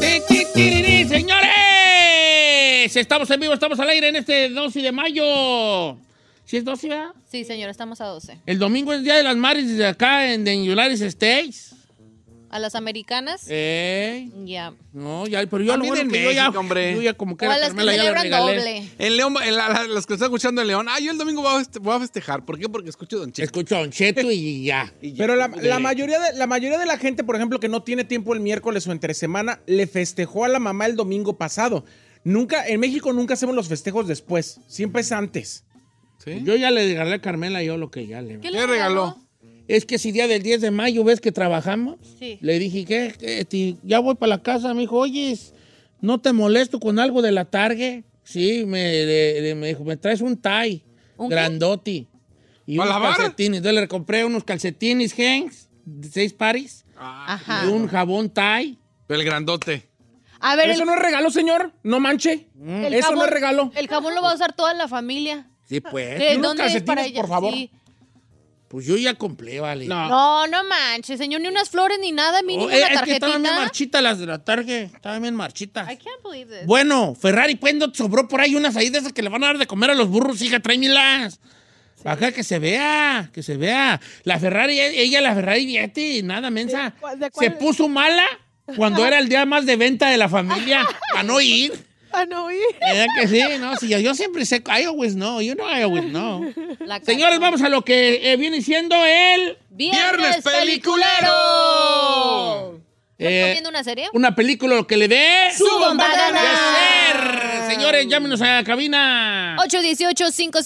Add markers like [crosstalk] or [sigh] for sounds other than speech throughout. ¡Tiquitiri, ¡Señores! Estamos en vivo, estamos al aire en este 12 de mayo. ¿Sí es 12, verdad? Sí, señor, estamos a 12. El domingo es Día de las Mares desde acá en the United States. A las americanas, Eh, ya. no, ya, pero yo lo También bueno en que yo ya, México, hombre. yo ya como que O a la las que Carmela ya la celebran regalé. doble. En León, en la- la- los que están escuchando en León, ah, yo el domingo voy a, feste- voy a festejar. ¿Por qué? Porque escucho Don Chico. Escucho a Don Cheto y ya. Y ya. Pero la, la Eh, mayoría de, la mayoría de la gente, por ejemplo, que no tiene tiempo el miércoles o entre semana, le festejó a la mamá el domingo pasado. Nunca, en México nunca hacemos los festejos después, siempre es antes. ¿Sí? Yo ya le regalé a Carmela yo lo que ya le... ¿Qué regaló? Es que si día del 10 de mayo ves que trabajamos, Sí. le dije que ya voy para la casa. Me dijo, oye, no te molesto con algo de la tarde. Sí, me, le- le- me dijo, me traes un tie ¿Un qué? grandoti y ¿Para unos lavar? calcetines. Entonces le compré unos calcetines Hanks, de seis pares, Ah, Ajá. y un jabón tie. el grandote. A ver, Eso el, no es regalo, señor, no manche. Mm. el Eso jabón, no es regalo. El jabón lo va a usar toda la familia. Sí, pues. ¿De unos dónde es calcetines, para ella? por favor. Sí. Pues yo ya compré, vale. No. No, no manches, señor, ni unas flores ni nada, mínimo Oh, eh, una es que estaban bien tarjetita. marchitas las de la tarde. Estaban bien marchitas. I can't believe this. Bueno, Ferrari, pues no te sobró por ahí unas ahí de esas que le van a dar de comer a los burros, hija, tráemelas. Acá que se vea, que se vea. La Ferrari, e, ella, la Ferrari, fíjate, nada mensa. cuál- de Se cuál? puso mala cuando era el día más de venta de la [laughs] familia, para no ir. Ah, no, y- ¿Verdad que sí? No, sí, yo, yo siempre sé, I always know, you know I always know. La cagó. Señores, vamos a lo que eh, viene siendo el... Viernes ¡Viernes peliculero! peliculero. eh, ¿Estás viendo una serie? una película lo que le dé... ¡Su bomba gana! ser. Señores, llámenos a la cabina.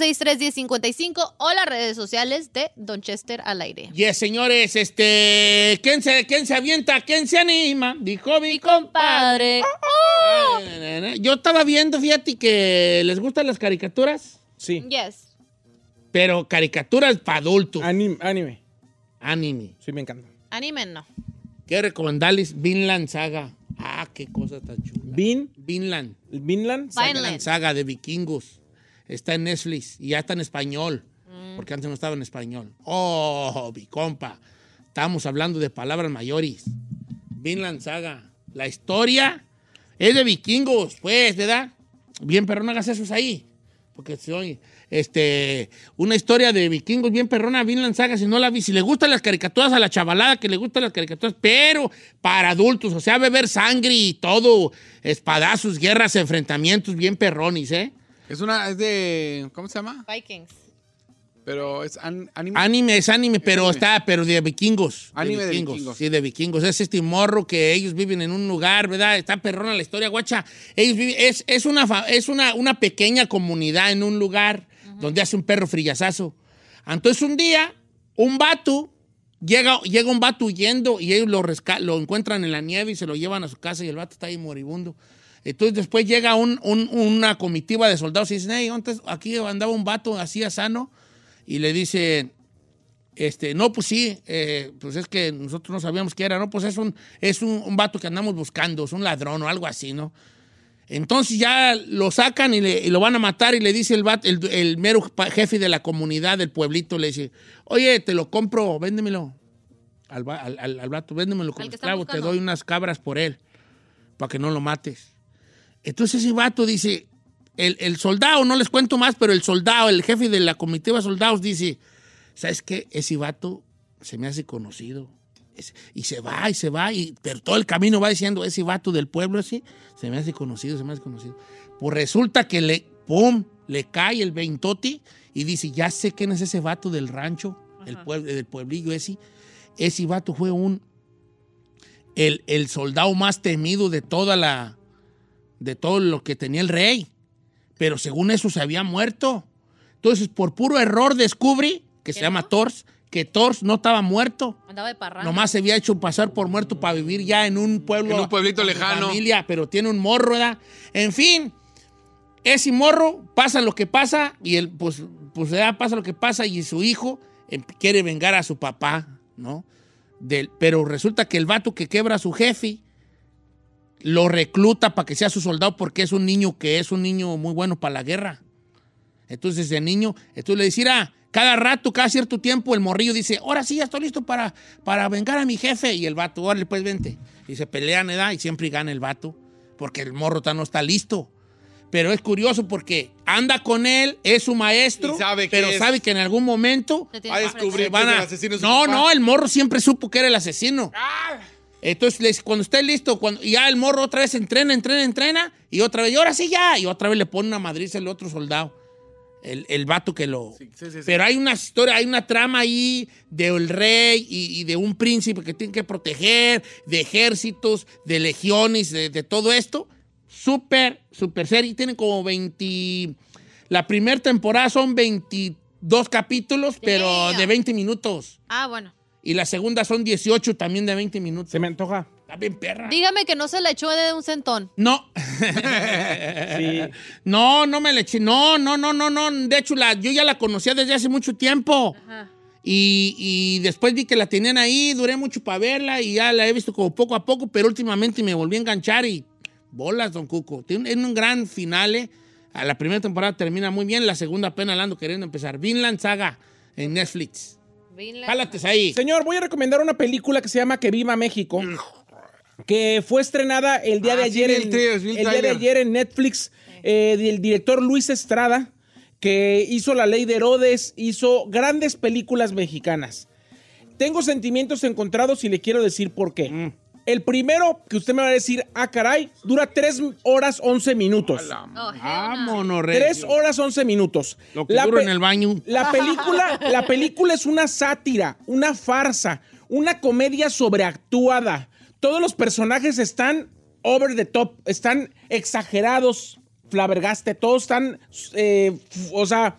818-563-1055 o las redes sociales de Don Chester al aire. Yes, señores, este, ¿quién se, quién se avienta? ¿Quién se anima? Dijo mi compadre. Padre. Na, na, na. Yo estaba viendo, fíjate, que les gustan las caricaturas, Sí, Yes. pero caricaturas para adultos. anime, anime. Anime. Sí, me encanta. Animen, no. Quiero recomendarles Vinland Saga. Ah, qué cosa tan chula. Vin, Vinland. Vine- Vinland. Vinland Vinland. Saga de vikingos. Está en Netflix y ya está en español. Porque antes no estaba en español. Oh, mi compa. Estamos hablando de palabras mayores. Vinland Saga. La historia es de vikingos, pues, ¿verdad? Bien, pero no hagas esos ahí. Porque soy, este, una historia de vikingos bien perrona, Vinland Saga, si no la vi, si le gustan las caricaturas a la chavalada, que le gustan las caricaturas, pero para adultos, o sea, beber sangre y todo, espadazos, guerras, enfrentamientos bien perronis, ¿eh? Es una, es de, ¿cómo se llama? Vikings. Pero es an- anime. Anime es anime, pero anime. está, pero de vikingos. Anime de vikingos. Sí, de vikingos. Es este morro que ellos viven en un lugar, ¿verdad? Está perrona la historia, guacha. Ellos viven- es, es una, fa- es una, una pequeña comunidad en un lugar donde hace un perro frillazazo. Entonces un día, un vato, llega, llega un vato huyendo y ellos lo, resca- lo encuentran en la nieve y se lo llevan a su casa y el vato está ahí moribundo. Entonces después llega un- un- una comitiva de soldados y dicen, hey, antes aquí andaba un vato así a sano y le dicen, este, no, pues sí, eh, pues es que nosotros no sabíamos qué era, ¿no? Pues es un, es un, un vato que andamos buscando, es un ladrón o algo así, ¿no? Entonces ya lo sacan y, le- y lo van a matar y le dice el, vato- el, el mero pa- jefe de la comunidad del pueblito, le dice, oye, te lo compro, véndemelo al, va- al, al- al vato, véndemelo Al como que están esclavo, te buscando. doy unas cabras por él. para que no lo mates. Entonces ese vato dice, el, el soldado, no les cuento más, pero el soldado, el jefe de la comitiva de soldados dice, ¿sabes qué? Ese vato se me hace conocido. Es- y se va, y se va, y, pero todo el camino va diciendo, ese vato del pueblo así, se me hace conocido, se me hace conocido. Pues resulta que le, ¡pum!, le cae el veintoti y dice, ya sé quién es ese vato del rancho, del, pueblo, del pueblillo ese. Ese vato fue un, el, el soldado más temido de toda la, de todo lo que tenía el rey. Pero según eso se había muerto. Entonces, por puro error descubrí, que se ¿Que llama no? Tors, que Tors no estaba muerto. Andaba de parranda. Nomás se había hecho pasar por muerto para vivir ya en un pueblo. En un pueblito con su lejano. Familia, pero tiene un morro, ¿verdad? En fin, ese morro pasa lo que pasa y él, pues, pues ya pasa lo que pasa y su hijo em, quiere vengar a su papá, ¿no? Del, pero resulta que el vato que quebra a su jefe lo recluta para que sea su soldado porque es un niño que es un niño muy bueno para la guerra. Entonces el niño, entonces le decía, cada rato, cada cierto tiempo, el morrillo dice, ahora sí, ya estoy listo para, para vengar a mi jefe. Y el vato, órale, pues vente. Y se pelean, edad Y siempre gana el vato, porque el morro ta- no está listo. Pero es curioso porque anda con él, es su maestro, Y sabe que pero es. sabe que en algún momento Se Va tiene a que descubrir se ofrecer. que van es a- el asesino de su No, papá. Ah. no, el morro siempre supo que era el asesino. Entonces, les- cuando esté listo, cuando, y ya el morro otra vez entrena, entrena, entrena, y otra vez, y ahora sí ya, y otra vez le pone una madriza el otro soldado, el, el vato que lo... Sí, sí, sí, sí. Pero hay una historia, hay una trama ahí del rey y, y de un príncipe que tiene que proteger, de ejércitos, de legiones, de, de todo esto. Súper, súper serie. Tienen como 20... La primera temporada son 22 capítulos, pero Damn. de 20 minutos. Ah, bueno. Y la segunda son 18 también de 20 minutos. Se me antoja. Está bien perra. Dígame que no se la echó de un centón. No. Eh, Sí. No, no me le eché. No, no, no, no, no. De hecho, la, yo ya la conocía desde hace mucho tiempo. Ajá. Y, y después vi que la tenían ahí, duré mucho para verla y ya la he visto como poco a poco, pero últimamente me volví a enganchar y bolas, don Cuco. Tiene un, es un gran final, eh. A La primera temporada termina muy bien, la segunda apenas la ando queriendo empezar. Vinland Saga en Netflix. Ah. Jálates ahí. Señor, voy a recomendar una película que se llama Que Viva México. Que fue estrenada el día Ah, de sí, ayer. vi el en, tráiler, vi el el día de tráiler. ayer en Netflix. eh, del director Luis Estrada, que hizo La Ley de Herodes, hizo grandes películas mexicanas. Tengo sentimientos encontrados y le quiero decir por qué. Mm. El primero que usted me va a decir, ah, caray, dura 3 horas 11 minutos. Oh, Vámonos, rey. 3 horas 11 minutos. Lo que La duro pe- en el baño. la película, la película es una sátira, una farsa, una comedia sobreactuada. Todos los personajes están over the top, están exagerados, flavergaste, todos están, eh, f- o sea,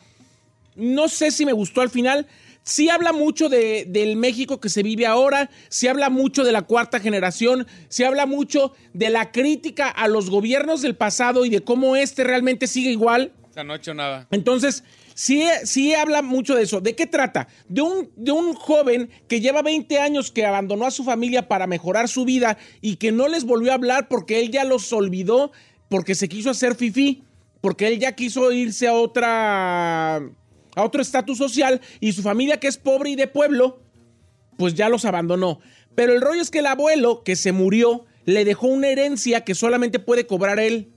no sé si me gustó al final. Sí habla mucho de- del México que se vive ahora, sí habla mucho de la cuarta generación, sí habla mucho de la crítica a los gobiernos del pasado y de cómo este realmente sigue igual O sea, no he hecho nada. entonces, sí, sí habla mucho de eso. ¿De qué trata? De un, de un joven que lleva 20 años que abandonó a su familia para mejorar su vida y que no les volvió a hablar porque él ya los olvidó, porque se quiso hacer fifí, porque él ya quiso irse a otra. a otro estatus social y su familia que es pobre y de pueblo pues ya los abandonó. Pero el rollo es que el abuelo, que se murió, le dejó una herencia que solamente puede cobrar él.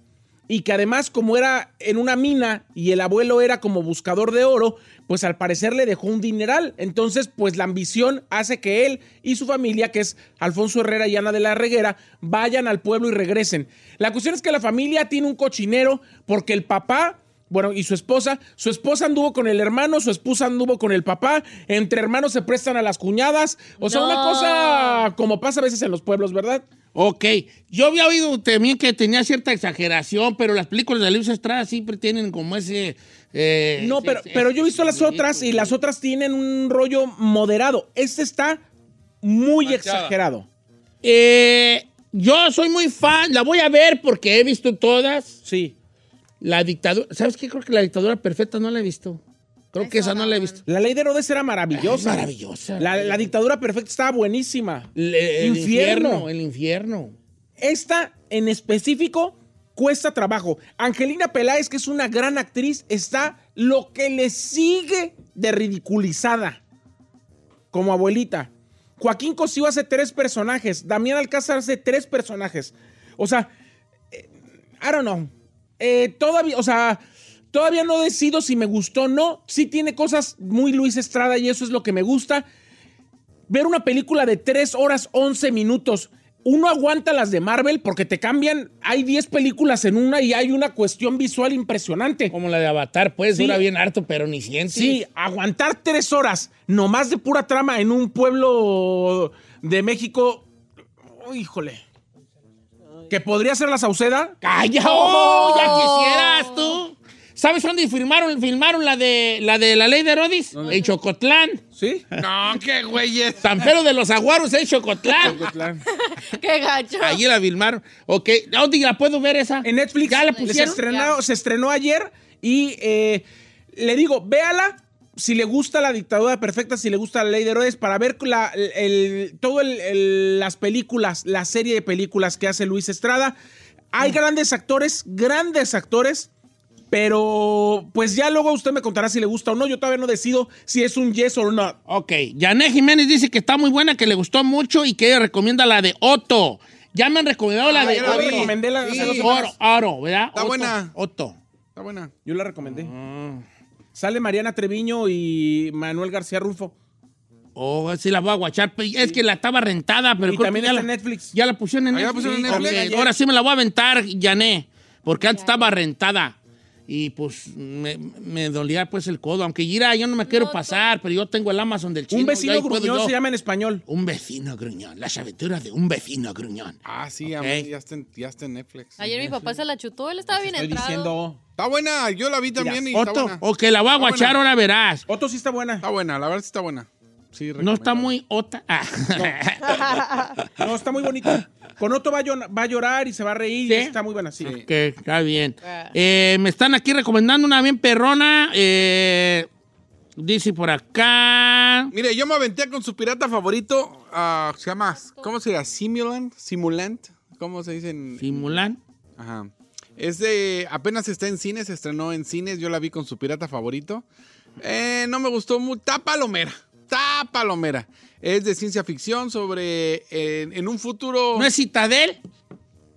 Y que además, como era en una mina y el abuelo era como buscador de oro, pues al parecer le dejó un dineral. Entonces, pues la ambición hace que él y su familia, que es Alfonso Herrera y Ana de la Reguera, vayan al pueblo y regresen. La cuestión es que la familia tiene un cochinero porque el papá bueno, y su esposa, su esposa anduvo con el hermano, su esposa anduvo con el papá, entre hermanos se prestan a las cuñadas, o sea, una No. cosa como pasa a veces en los pueblos, ¿verdad? Ok, yo había oído también que tenía cierta exageración, pero las películas de Luis Estrada siempre tienen como ese... eh, No, ese- pero, ese- pero yo he visto las ese- otras y las otras tienen un rollo moderado. Este está muy Manchada. exagerado. Eh, yo soy muy fan, la voy a ver porque he visto todas. Sí. La dictadura, ¿sabes qué? Creo que la dictadura perfecta no la he visto. Creo que esa no la he visto. La ley de Herodes era maravillosa. Es maravillosa. La, la dictadura perfecta estaba buenísima. Le- el Infierno. infierno. El infierno. Esta en específico cuesta trabajo. Angelina Peláez, que es una gran actriz, está lo que le sigue de ridiculizada como abuelita. Joaquín Cosío hace tres personajes. Damián Alcázar hace tres personajes. O sea, eh, I don't know. Eh, todavía, o sea, todavía no decido si me gustó o no. Sí tiene cosas muy Luis Estrada y eso es lo que me gusta. Ver una película de 3 horas 11 minutos. Uno aguanta las de Marvel porque te cambian. Hay 10 películas en una y hay una cuestión visual impresionante. Como la de Avatar, pues Sí. dura bien harto, pero ni sientes. Sí, aguantar tres horas nomás de pura trama en un pueblo de México. oh, híjole. Que podría ser la Sauceda. ¡Calla! ¡Oh! ¡Ya quisieras tú! ¿Sabes dónde firmaron, filmaron la de la de la ley de Herodes? En Chocotlán. Sí. No, qué güeyes. San Pedro de los Aguaros en Chocotlán. [laughs] ¡Qué gacho! Allí la filmaron. Ok. ¿Dónde la puedo ver esa? En Netflix. ¿Ya la Se pusieron? estrenó, se estrenó ayer y eh, le digo, véala. Si le gusta la dictadura perfecta, si le gusta la ley de Herodes, para ver la, el- el- todo el- el- las películas, la serie de películas que hace Luis Estrada. Mm. Hay grandes actores, grandes actores, pero pues ya luego usted me contará si le gusta o no. Yo todavía no decido si es un yes o no. Ok. Yané Jiménez dice que está muy buena, que le gustó mucho y que ella recomienda la de Otto. Ya me han recomendado la Ah, de ya la vi. Otto. Recomendé la- Sí. hace dos Oro, semanas. oro, ¿verdad? Está Otto, buena. Otto. Está buena. Yo la recomendé. Mm. Sale Mariana Treviño y Manuel García Rulfo. Oh, sí la voy a guachar. Pues, Es que la estaba rentada, pero Y creo que también ya está la- en Netflix. Ya la pusieron en Ah, ya la Netflix. pusieron en Ok, Netflix. Ahora sí me la voy a aventar, Yané, porque antes estaba rentada. Y pues me, me dolía pues el codo. Aunque Gira, yo no me quiero pasar, pero yo tengo el Amazon del chino. un y vecino ahí puedo gruñón yo. se llama en español. Un vecino gruñón. Las aventuras de un vecino gruñón. Ah, sí, Ok. amor, ya, está en, Ah, ya está en Netflix. Ayer mi papá se la chutó, él estaba bien Estoy entrado. diciendo. Está buena, yo la vi también y está Otto, buena. ok, la voy a Está guachar, buena. ahora verás. Otto sí está buena. Está buena, la verdad sí está buena. Sí, No está recomendable. muy ota. Ah. [laughs] No, está muy bonita. Con Otto va a, llor- va a llorar y se va a reír. ¿Sí? Está muy buena, sí. Ok, está bien. Ah. Eh, me están aquí recomendando una bien perrona. eh, dice por acá. Mire, yo me aventé con su pirata favorito. ah, se llama. ¿Cómo se llama? Simulant. Simulant. ¿Cómo se dice en.? Simulan. Ajá. Es de. Apenas está en cines, se estrenó en cines. Yo la vi con su pirata favorito. Eh, no me gustó mucho. Está palomera. Está palomera. Es de ciencia ficción sobre. eh, en un futuro. ¿No es Citadel?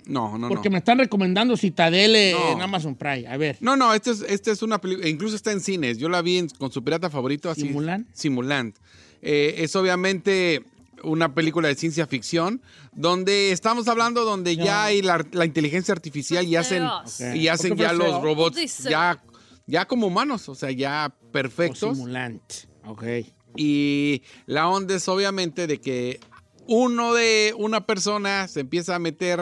No, no, Porque no. me están recomendando Citadel eh, No. en Amazon Prime. A ver. No, no, esta es, esta es una película, incluso está en cines. Yo la vi en- con su pirata favorito. Así, ¿Simulant? Simulant. Eh, es obviamente una película de ciencia ficción donde estamos hablando donde ya hay la, la inteligencia artificial y hacen, Ok. y hacen ya los robots Dice- ya, ya como humanos, o sea, ya O perfectos. Simulant. Ok. Y la onda es obviamente de que uno de una persona se empieza a meter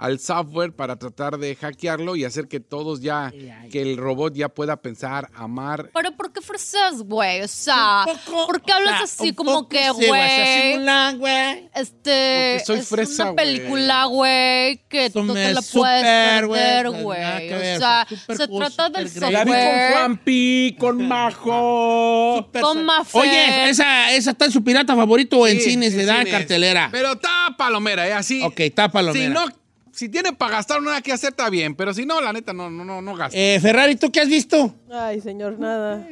al software para tratar de hackearlo y hacer que todos ya, que el robot ya pueda pensar, amar. Pero ¿por qué fresas, güey? O sea, Un poco, Ah, ¿por qué o hablas sea, así Ah, un como poco que, sí, sea, güey? Simulant, güey. Este, Porque soy es fresa, una güey. película, güey, que Esto tú me te la super, puedes güey, perder, nada güey. que O ver, sea, super se cool, trata del super great. La vi con software. Juanpi, [laughs] con Majo. Con Mafer. Oye, esa, esa está en su pirata favorito o en Sí, cines, en le da cines. cartelera. Pero está palomera, ¿eh? Así. ok, está palomera. Si no, si tiene para gastar nada que hacer, está bien. Pero si no, la neta, no, no, no, no gasta. Eh, Ferrari, ¿tú qué has visto? Ay, señor, nada.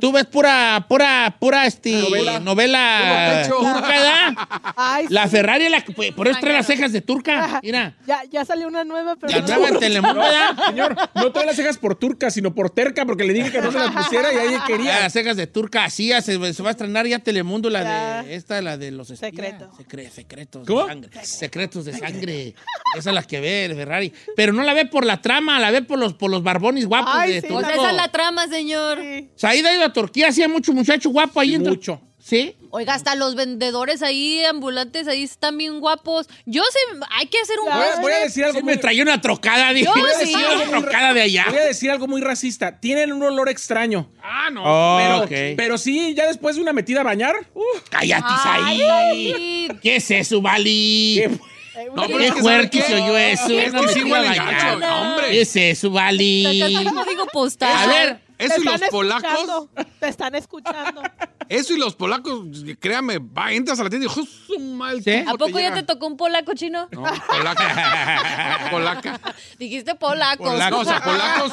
Tú ves pura, pura, pura, este, novela, Novela. Puro pecho. turca, ¿verdad? Ay, La Ferrari, es la, que- por eso trae las cejas de turca, mira. ya, ya salió una nueva, pero La no- nueva en Telemundo, ¿verdad? Señor, no trae las cejas por turca, sino por terca, porque le dije que no se las pusiera y ahí Ah, quería. Las cejas de turca, así ya se, se va a estrenar ya Telemundo, la Ya. de, esta, la de los espías. Secreto. Secre- secretos ¿Cómo? de sangre. Secretos de sangre. Esa es la que ve el Ferrari. Pero no la ve por la trama, la ve por los, por los barbones guapos Ay, de sí, Pues turco. esa es la trama, señor. Sí. Saída ha ido a Turquía, hacía mucho muchacho guapo ahí. en Tur- Mucho. ¿Sí? Oiga, hasta los vendedores ahí, ambulantes ahí, están bien guapos. Yo sé, hay que hacer un... Voy a- voy a buen- decir algo Sí, me muy- traía una trocada, dije. Yo me sí. traía una trocada de allá. Voy a decir algo muy racista. Tienen un olor extraño. Ah, no. Pero, Oh, ok. pero sí, ya después de una metida a bañar. uf, Cállate, Ay, ahí. ¿Qué es eso, Vali? qué- Eh, No, una- pero Qué es que fuerte ¿sabe se qué? oyó eso. Es una que sí metida huele bañada. gacho, no, hombre. ¿Qué es eso, Vali? Sacas un código postal. A ver, Eso te y los están polacos, escuchando, Te están escuchando. eso y los polacos, créame, va, entras a la tienda y dijo, su mal. ¿Sí? ¿A poco ya te tocó un polaco chino? No, [laughs] polaca. polaca. [laughs] Dijiste polaco. No, [laughs] o sea, polacos.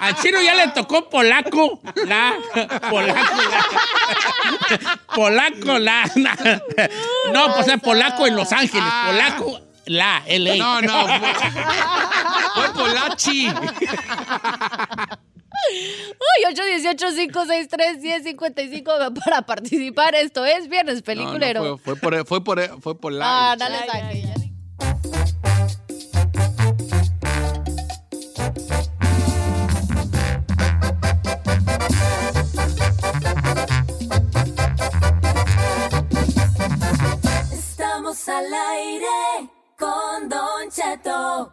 al chino ya le tocó polaco. La. Polaco. Ah. La. Polaco, la. No, pues es polaco en Los Ángeles. Polaco la, LA. No, no. Fue, fue [laughs] Polachi. 818-563-1055 [laughs] para participar. Esto es Viernes No, no, Peliculero. fue, fue por, fue por, fue por la. ah, dale, saque. Estamos al aire con Don Cheto.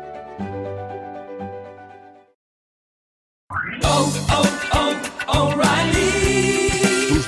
¿Tus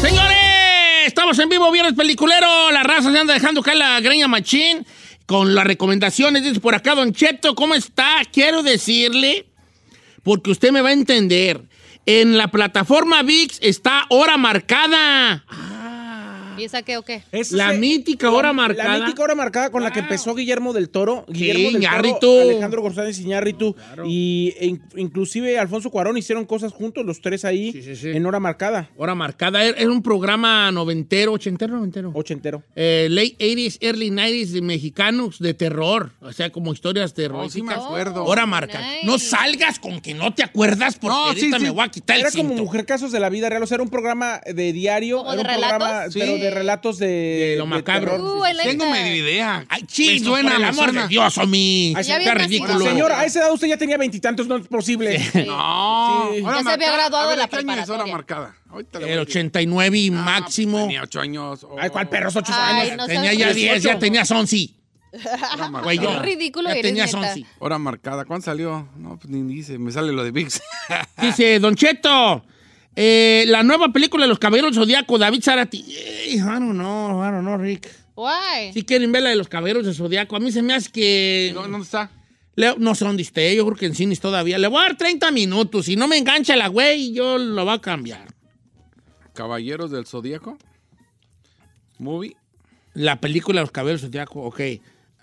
Señores, estamos en vivo, viernes peliculero. La raza se anda dejando caer la greña machín con las recomendaciones. Dice por acá, Don Cheto, ¿cómo está? Quiero decirle, porque usted me va a entender. En la plataforma VIX está hora marcada. ¿Y esa qué o qué? Esa La se- mítica hora la- marcada. Ah. La mítica hora marcada con la que empezó Guillermo del Toro. Guillermo del Iñárritu. Toro, Alejandro González Iñárritu. Y e in- inclusive Alfonso Cuarón hicieron cosas juntos, los tres ahí, Sí, sí, sí. en hora marcada, Hora marcada. er, Era era un programa noventero, ochentero, noventero. ochentero. Eh, late 80s, early 90s de mexicanos de terror. O sea, como historias No, sí me terroríficas. acuerdo. Hora marcada. nice. No salgas con que no te acuerdas porque No, sí, ahorita sí. me voy a quitar el Era cinto. como Mujer Casos de la Vida Real, o sea, era un programa de diario. ¿Como era de un programa, relatos? pero Sí. de relatos de... De lo de macabro. terror. Uh, en la Tengo esta- medio idea. Ay, chino, Me suena, por el me amor suena. de Dios, Omi. Ay, Está Ya bien nacido. ridículo. Señor, a esa edad usted ya tenía veintitantos, no es posible. No. Hora Sí. Ya se había marcada. graduado A ver, de la ¿qué año es hora preparatoria? marcada? Ahorita le voy El a decir. 89 y Ah, máximo. Tenía ocho años. Oh. Ay, ¿cuál perros? Ocho Ay, años. no tenía seas- ya 10, ya 18. tenías 11. Hora marcada. Güey, yo. Qué ridículo ya eres, tenías neta. 11. Hora marcada. ¿Cuándo salió? No, pues ni dice. Me sale lo de VIX. [laughs] Ah. Dice, Don Cheto, eh, la nueva película de los Caballeros del Zodíaco, David Zarati. Eh, I don't know, I don't know, Rick. Why? Si quieren ver la de los Caballeros del Zodíaco, a mí se me hace que... ¿Dó- ¿Dónde está? Le- no sé dónde esté, yo creo que en cines todavía. Le voy a dar 30 minutos. Si no me engancha la güey, yo lo voy a cambiar. Caballeros del Zodíaco. Movie. La película de Los Caballeros del Zodíaco, ok.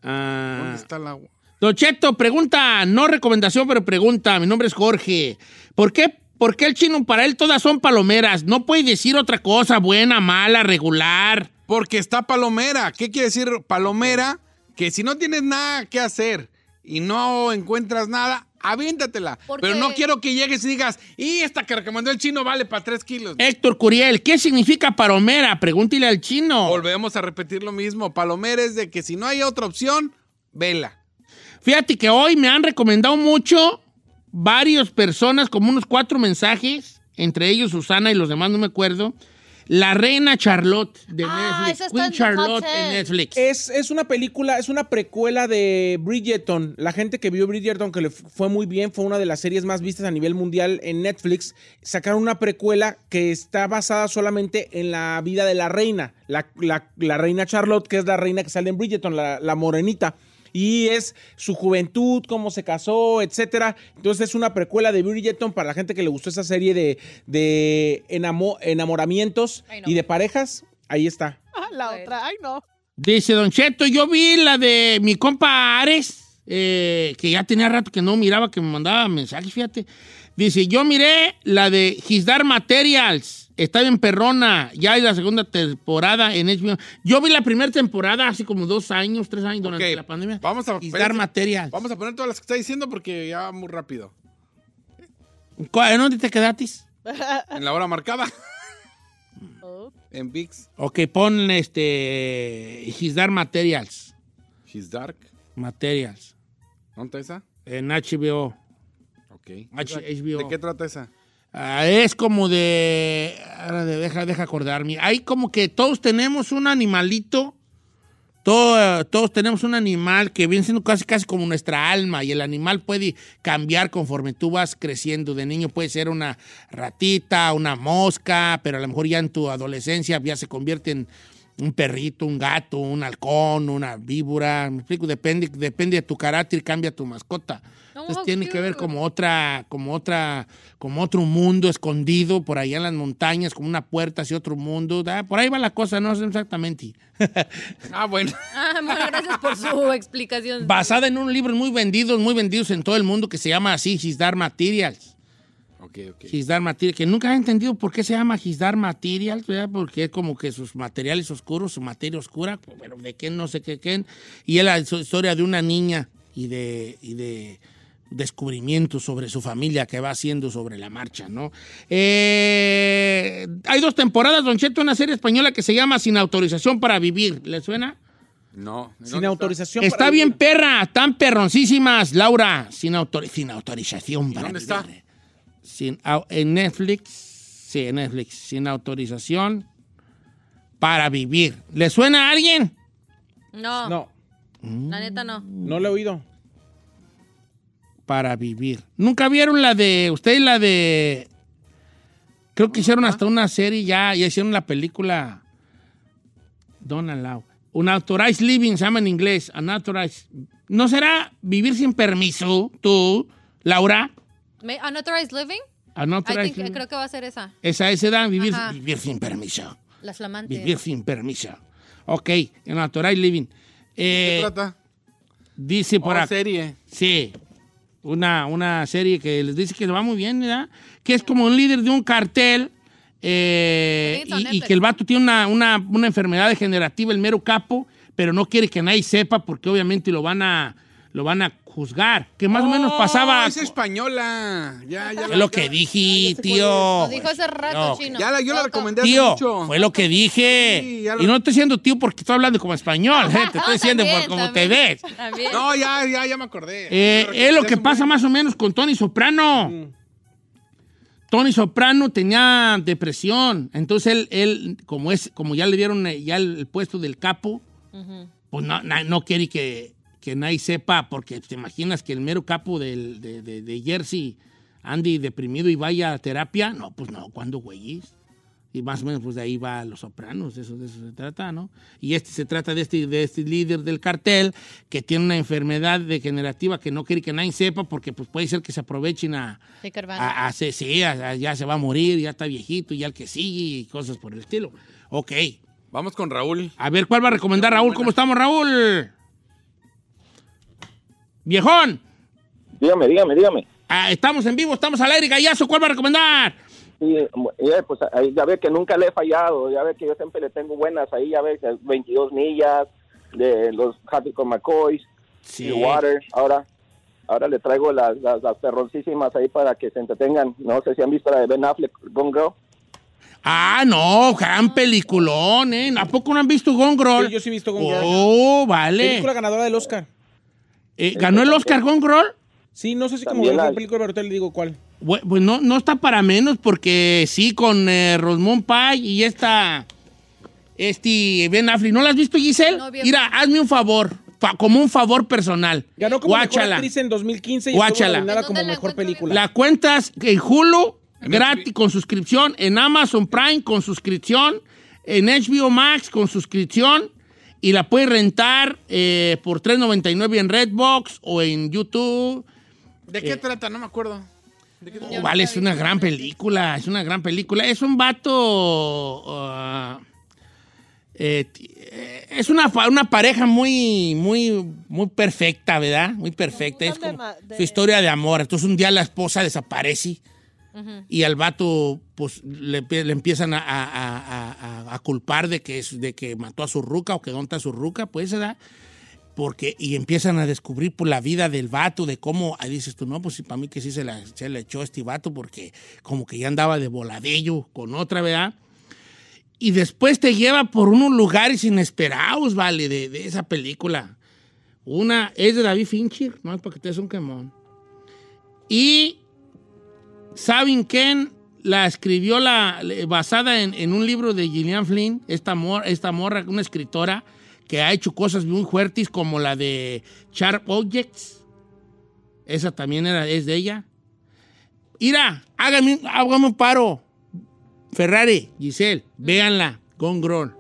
Ah, ¿Dónde está la.? Don Cheto, pregunta, no recomendación, pero pregunta. Mi nombre es Jorge. ¿Por qué, por qué el chino para él todas son palomeras? No puede decir otra cosa, buena, mala, regular. Porque está Palomera. ¿Qué quiere decir Palomera? Que si no tienes nada que hacer y no encuentras nada, aviéntatela. ¿Por Pero qué? no quiero que llegues y digas, y esta que recomendó el chino vale para tres kilos. Eh, Héctor Curiel, ¿qué significa palomera? Pregúntele al chino. Volvemos a repetir lo mismo. Palomera es de que si no hay otra opción, vela. Fíjate que hoy me han recomendado mucho varias personas, como unos cuatro mensajes, entre ellos Susana y los demás no me acuerdo. La reina Charlotte de Ah, Netflix. esa está Queen en el Charlotte top en 10. Netflix. Es, es una película, es una precuela de Bridgerton. La gente que vio Bridgerton, que le f- fue muy bien, fue una de las series más vistas a nivel mundial en Netflix. Sacaron una precuela que está basada solamente en la vida de la reina, la, la- la reina Charlotte, que es la reina que sale en Bridgerton, la, la morenita. Y es su juventud, cómo se casó, etcétera. Entonces es una precuela de Bridgerton para la gente que le gustó esa serie de, de enamo- enamoramientos Ay, no. y de parejas. Ahí está. Ah, La otra, ay no. Dice Don Cheto, yo vi la de mi compa Ares, eh, que ya tenía rato que no miraba, que me mandaba mensajes, fíjate. Dice, yo miré la de Gisdar Materials, está bien perrona, ya es la segunda temporada en HBO. Yo vi la primera temporada hace como dos años, tres años durante Ok, la pandemia. Vamos a, Gisdar Materials. vamos a poner todas las que está diciendo porque ya va muy rápido. ¿Cuál- ¿En dónde te quedaste? En la hora marcada. en VIX. Ok, pon este. His Dark Materials. His Dark. Materials. ¿Dónde está esa? En HBO. Ok. H- HBO. ¿De qué trata esa? Ah, es como de. ahora de- Deja, deja acordarme. Hay como que todos tenemos un animalito. Todo- todos tenemos un animal que viene siendo casi, casi como nuestra alma. Y el animal puede cambiar conforme tú vas creciendo. De niño puede ser una ratita, una mosca, pero a lo mejor ya en tu adolescencia ya se convierte en un perrito, un gato, un halcón, una víbora. Me explico, depende, depende de tu carácter, cambia tu mascota. Entonces how tiene que ver cute. como otra, como otra, como otro mundo escondido por allá en las montañas, como una puerta hacia otro mundo. Ah, Por ahí va la cosa, no sé exactamente. Ah, bueno. Ah, [laughs] bueno, gracias por su explicación. Basada en un libro muy vendido, muy vendidos en todo el mundo que se llama así, His Dark Materials. Ok, ok. His Dark Materials, que nunca he entendido por qué se llama His Dark Materials, ¿verdad? porque es como que sus materiales oscuros, su materia oscura, pero de quién no sé qué, quién. Y es la so- historia de una niña y de, y de descubrimientos sobre su familia que va haciendo sobre la marcha, ¿no? Eh, hay dos temporadas, Don Cheto, una serie española que se llama Sin autorización para vivir, ¿le suena? No. Sin autorización. Está para- bien perra, tan perroncísimas, Laura, sin, autor- sin autorización para dónde vivir. Sin au- en Netflix, sí, en Netflix, sin autorización para vivir. ¿Le suena a alguien? No, No, la neta no. no lo he oído. Para vivir. ¿Nunca vieron la de, ustedes la de, creo que hicieron hasta una serie ya, ya hicieron la película Don't Allow. Un authorized living, se llama en inglés, unauthorized. ¿No será vivir sin permiso tú, Laura? Me- Unauthorized Living? Ah, I Unauthorized think- eh, living. creo que va a ser esa. Esa es edad, vivir, Ajá. vivir sin permiso. La flamante. Vivir sin permiso. Ok, en Natural Living. ¿Qué Eh, trata? dice por Oh, acá. serie. Sí. Una, una serie que les dice que le va muy bien, ¿verdad? Que es como un líder de un cartel eh, I think it's on y, y Netflix. que el vato tiene una, una, una enfermedad degenerativa, el mero capo, pero no quiere que nadie sepa porque obviamente lo van a, lo van a juzgar. Que más o menos pasaba... Oh, Es española. Ya, ya. la- Es lo que dije, tío. Lo dijo hace rato, No, chino. Ya la, yo la Loco. recomendé hace Tío, mucho. fue lo que dije. Sí, ya lo- Y no estoy diciendo tío porque estoy hablando como español, ¿eh? te estoy diciendo También, por como te también. ves. También. No, ya, ya, ya me acordé. Eh, Yo es la lo recomendé que hace pasa mucho. más o menos con Tony Soprano. Mm. Tony Soprano tenía depresión, entonces él, él, como es, como ya le dieron eh, ya el, el puesto del capo, pues no, na- no quiere que, que nadie sepa, porque te imaginas que el mero capo del- de, de- de Jersey, Andy, deprimido y vaya a terapia, no, pues no, cuando güeyes? Y más o menos, pues de ahí va Los Sopranos, de eso, de eso se trata, ¿no? Y este se trata de este, de este líder del cartel que tiene una enfermedad degenerativa que no quiere que nadie sepa porque pues puede ser que se aprovechen a... Sí, Carvana. a, a- sí, sí, a- a- ya se va a morir, ya está viejito, y ya el que sigue y cosas por el estilo. Ok, Vamos con Raúl. a ver, ¿cuál va a recomendar Raúl? ¿Cómo estamos, Raúl? Viejón, Dígame, dígame, dígame. ah, estamos en vivo, estamos al aire, gallazo, ¿cuál va a recomendar? Y, eh, pues ahí ya ve que nunca le he fallado, ya ve que yo siempre le tengo buenas ahí, ya ve que 22 millas, de los Happy con McCoys, Sí. y Water. Ahora, ahora le traigo las, las, las perroncísimas ahí para que se entretengan. No sé si han visto la de Ben Affleck, Gone Girl. Ah, no, gran peliculón, ¿eh? ¿A poco no han visto Gone Girl? Sí, yo sí he visto Gone Girl. Oh, vale. Película ganadora del Oscar. Eh, ¿Ganó el Oscar Gone Girl? Sí, no sé si como También ganó la- la película, pero ahorita le digo cuál. Bue- Pues no, no está para menos porque sí, con eh, Rosmond Pike y esta, este Ben Affleck. ¿No la has visto, Giselle? No, bien. Mira, hazme un favor, fa- como un favor personal. Ganó como mejor Guáchala. actriz en 2015 y estuvo Guáchala. nominada ¿Dónde como la mejor encuentro? película. La cuentas en Hulu, En gratis, HBO. con suscripción, en Amazon Prime, con suscripción, en HBO Max, con suscripción, y la puedes rentar eh, por $3.99 en Redbox o en YouTube. ¿De qué trata? No me acuerdo. Oh, vale, es una gran película, es una gran película. Es un vato... ah, eh, ti- eh, es una, pa- una pareja muy, muy, muy perfecta, ¿verdad? Muy perfecta. Es gustan como de ma- de- su historia de amor. Entonces un día la esposa desaparece y al vato pues le, empie- le empiezan a, a- a- a- a culpar de que, es, de que mató a su ruca o que dónde está su ruca, pues ¿verdad? porque y empiezan a descubrir por la vida del vato, de cómo, ahí dices tú, no, pues sí, para mí que sí se la, se la echó este vato porque como que ya andaba de voladillo con otra, ¿verdad? y después te lleva por unos lugares inesperados, vale, de, de esa película. Una es de David Fincher, no es para que te des un quemón. Y ¿saben quién la escribió la, le- basada en, en un libro de Gillian Flynn? Esta, mor- esta morra, una escritora que ha hecho cosas muy fuertes como la de Sharp Objects. Esa también era, es de ella. Ira, hágame, un- hágame un paro. Ferrari, Giselle, véanla. Gone Girl.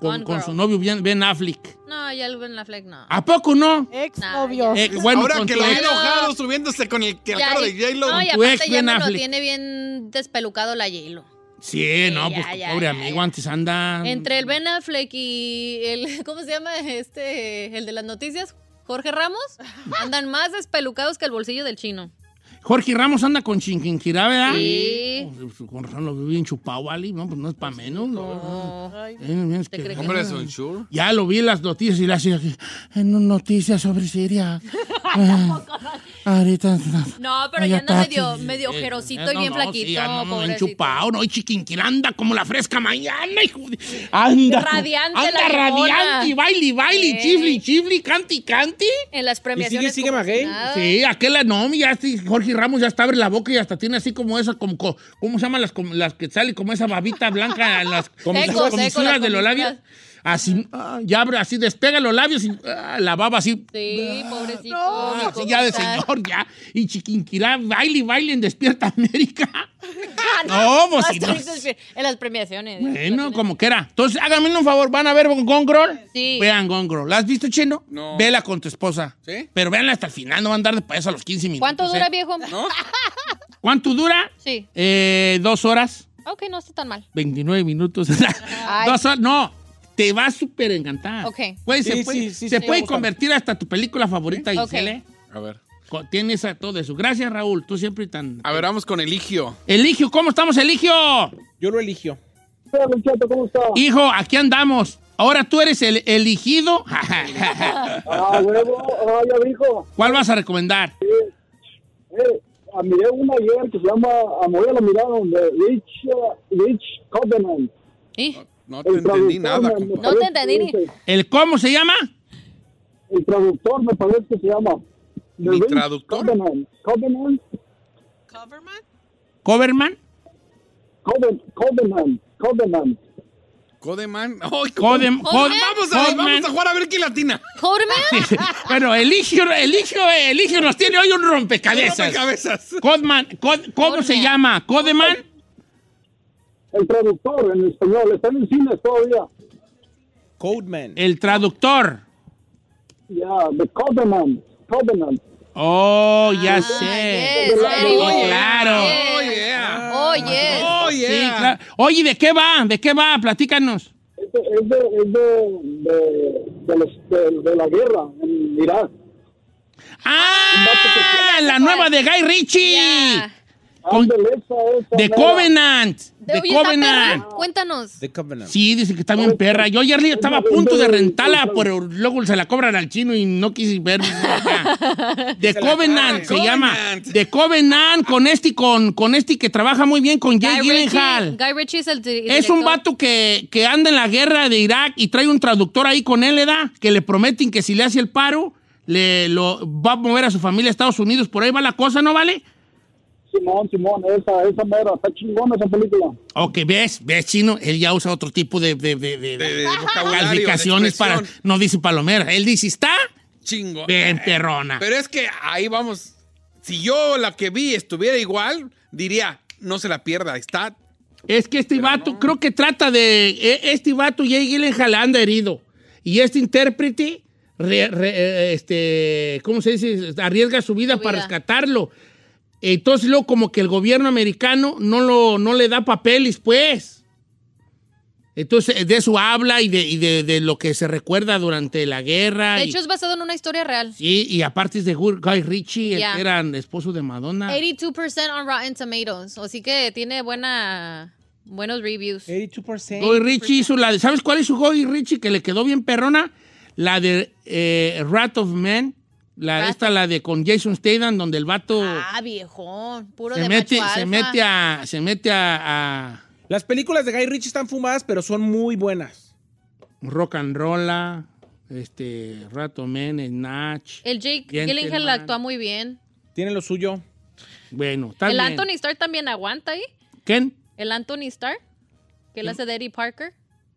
Con, Gone con Girl. su novio Ben- Ben Affleck. No, ya el en la flag, no. ¿A poco no? Ex novio. Eh, bueno, Ahora con que tu lo ve ex. enojado subiéndose con el que Ya, cara de y- J-Lo. No, y Con tu ex, aparte ya Ben no lo Affleck. tiene bien despelucado la J-Lo. Sí, no, ya, pues tu ya, pobre ya, amigo, ya. antes anda. Entre el Ben Affleck y el, [laughs] ¿cómo se llama? Este, el de las noticias, [laughs] Jorge Ramos, andan más despelucados que el bolsillo del chino. Jorge Ramos anda con chinquinquirá, ¿verdad? Sí. Pues, Con razón lo vi bien chupado, Ali. No, pues no es para menos. la verdad. Ay, Eh, bien, es que- crees que Hombre, son sure. Ya lo vi en las noticias y le hacía así, en una noticia sobre [laughs] Siria. Ah, ahorita. No, pero hay ya anda ataques. medio, medio Eh, ojerosito eh, y no, bien no, flaquito. Sí, anda uno pobrecito. enchupado, ¿no? Y chiquinquirá anda como la fresca mañana, hijo de- Anda. Radiante Anda la viejona. radiante, y baile, y baile, y Ey. chifle, y chifle, y cante, y cante. En las premiaciones. sigue como maguey? si nada. Sí, aquel no, ya sí, Jorge Ramos ya hasta abre la boca y hasta tiene así como esa, como, co- ¿cómo se llaman las, com- las que sale como esa babita blanca [laughs] en las Comisuras. las Seco, seco, las de los labios? comisuras. Así, ah, ya abre, así despega los labios y ah, la baba así. Sí, pobrecito. ah, mi así ya de compadre. señor, ya. Y chiquinquirá, baile y baile en Despierta América. no, pues si no. En las premiaciones. Bueno, como quiera. Entonces, háganme un favor, ¿van a ver Gongrol? Sí. Vean Gongrol. ¿La has visto, Chino? No. Vela con tu esposa. ¿Sí? Pero véanla hasta el final, no van a andar de payaso a los 15 minutos. ¿Cuánto dura, ¿eh? viejo? ¿No? ¿Cuánto dura? Sí. Eh, dos horas, Ok, no está tan mal. 29 minutos. [laughs] dos horas, no. Te va a súper encantar. Ok. Güey, Sí, se puede, sí, sí, se sí, puede me gusta. convertir hasta tu película favorita, Ok. Gisele. A ver. Co- Tienes a todo eso. Gracias, Raúl. Tú siempre tan. A ver, vamos con Eligio. Eligio, ¿cómo estamos, Eligio? Yo lo eligió. Hola, Don Cheto, ¿cómo está? Hijo, aquí andamos. Ahora tú eres el elegido. [laughs] Ah, huevo, ah, ya dijo. ¿Cuál vas a recomendar? Eh, ah, miré una ayer que se llama Amor a la mirada, de Rich, ah, Rich Covenant. ¿Y? No te entendí nada, compadre. No te entendí ni- ¿El cómo se llama? El traductor me parece que se llama. The ¿Mi Rich traductor? Covenant. Covenant. ¿Coverman? ¿Coverman? Coven- Covenant. Covenant. Codeman. [laughs] Ay, Codem, Cod- Vamos a, Codman. vamos a jugar a ver quién latina. ¿Jorman? [laughs] Bueno, Eligio, Eligio, Eligio nos tiene hoy un rompecabezas. Cabezas. Codman, Cod- ¿cómo Codman. se llama? ¿Codeman? El traductor en español. Está en cines todavía. Codeman. El traductor. Yeah, The Covenant. Covenant. Oh, ya Ah, sé. yes, very Oh, good. claro. Yes. Oh, yeah. Oh, yes. Oh, Sí, yeah. claro. Oye, ¿de qué va? ¿De qué va? Platícanos. Es de, es de, es de, de, Eh, de los- de- de la guerra en Irak. ¡Ah! La nueva de Guy Ritchie. Ya. Con- Ándale, esa, esa, de mera. Covenant. De Oye, ¿está Covenant. perra? Cuéntanos. The Covenant. Sí, dice que está bien perra. Yo ayer estaba a punto de rentarla, pero luego se la cobran al chino y no quise ver. De Covenant se Covenant. llama. De Covenant con este con, con este que trabaja muy bien con Jay Guy Ritchie, Gyllenhaal. Guy Ritchie es el di- Es un director. vato que, que anda en la guerra de Irak y trae un traductor ahí con él, ¿edad? Que le prometen que si le hace el paro, le lo va a mover a su familia a Estados Unidos. Por ahí va la cosa, ¿no vale? Simón, Simón, esa, esa mera. Está chingona esa película. Ok, ves, ves, chino, él ya usa otro tipo de, de, de- de- De, de de vocabulario, calificaciones de para. expresión. No dice palomera. Él dice, está Chingo. bien perrona. Pero es que ahí vamos. Si yo la que vi estuviera igual, diría, no se la pierda. Está. Es que este vato, creo que trata de. e- Este vato, Jay Gyllenhaal, anda herido. Y este intérprete, re- re- eh, este, ¿cómo se dice? Arriesga su vida Su para vida. rescatarlo. Entonces, luego, como que el gobierno americano no, lo, no le da papeles, pues. Entonces, eh, de eso habla y de, y de- de lo que se recuerda durante la guerra. De y, hecho, es basado en una historia real. sí, y aparte es de Guy Ritchie, el Ya. que era esposo de Madonna. 82% on Rotten Tomatoes. Así que tiene buena, buenos reviews. 82%. Goy Richie hizo la de. ¿Sabes cuál es su Goy Richie que le quedó bien perrona? La de eh, Rat of Man. La, Rat. esta, la de con Jason Statham, donde el vato Ah, viejón. Puro se, de mete, macho se alfa. mete a. Se mete a. a- Las películas de Guy Ritchie están fumadas, pero son muy buenas. Rock and Rolla, este, Rato Men, Snatch. El Jake Gentleman. Gyllenhaal actúa muy bien. Tiene lo suyo. Bueno, está El bien. Anthony Starr también aguanta ahí. ¿Quién? El Anthony Starr, que él hace de Eddie Parker.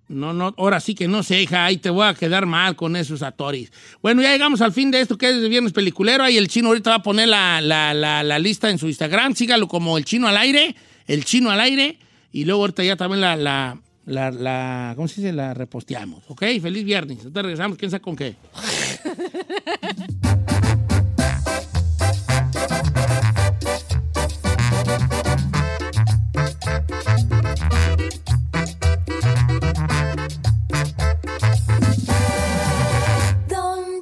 No, no, ahora sí que no sé, hija, ahí te voy a quedar mal con esos atoris. Bueno, ya llegamos al fin de esto que es de Viernes Peliculero. Ahí el chino ahorita va a poner la, la- la- la lista en su Instagram. Sígalo como el chino al aire, el chino al aire. Y luego ahorita ya también la, la, la, la- ¿cómo se dice? La reposteamos, ¿ok? Feliz viernes. Ahorita regresamos, quién sabe con qué. Don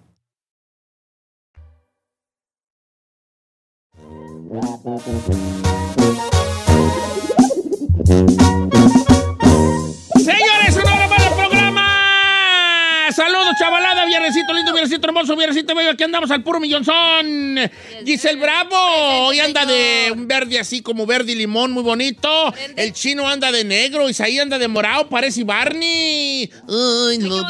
Señores, una hora para el programa. Saludos, chavalada, viernesito lindo, viernesito hermoso, viernesito bello. Aquí andamos al puro millonzón. Giselle Bravo, hoy anda de un verde así como verde y limón, muy bonito. El chino anda de negro, Isaí anda de morado, parece Barney. Ay, no.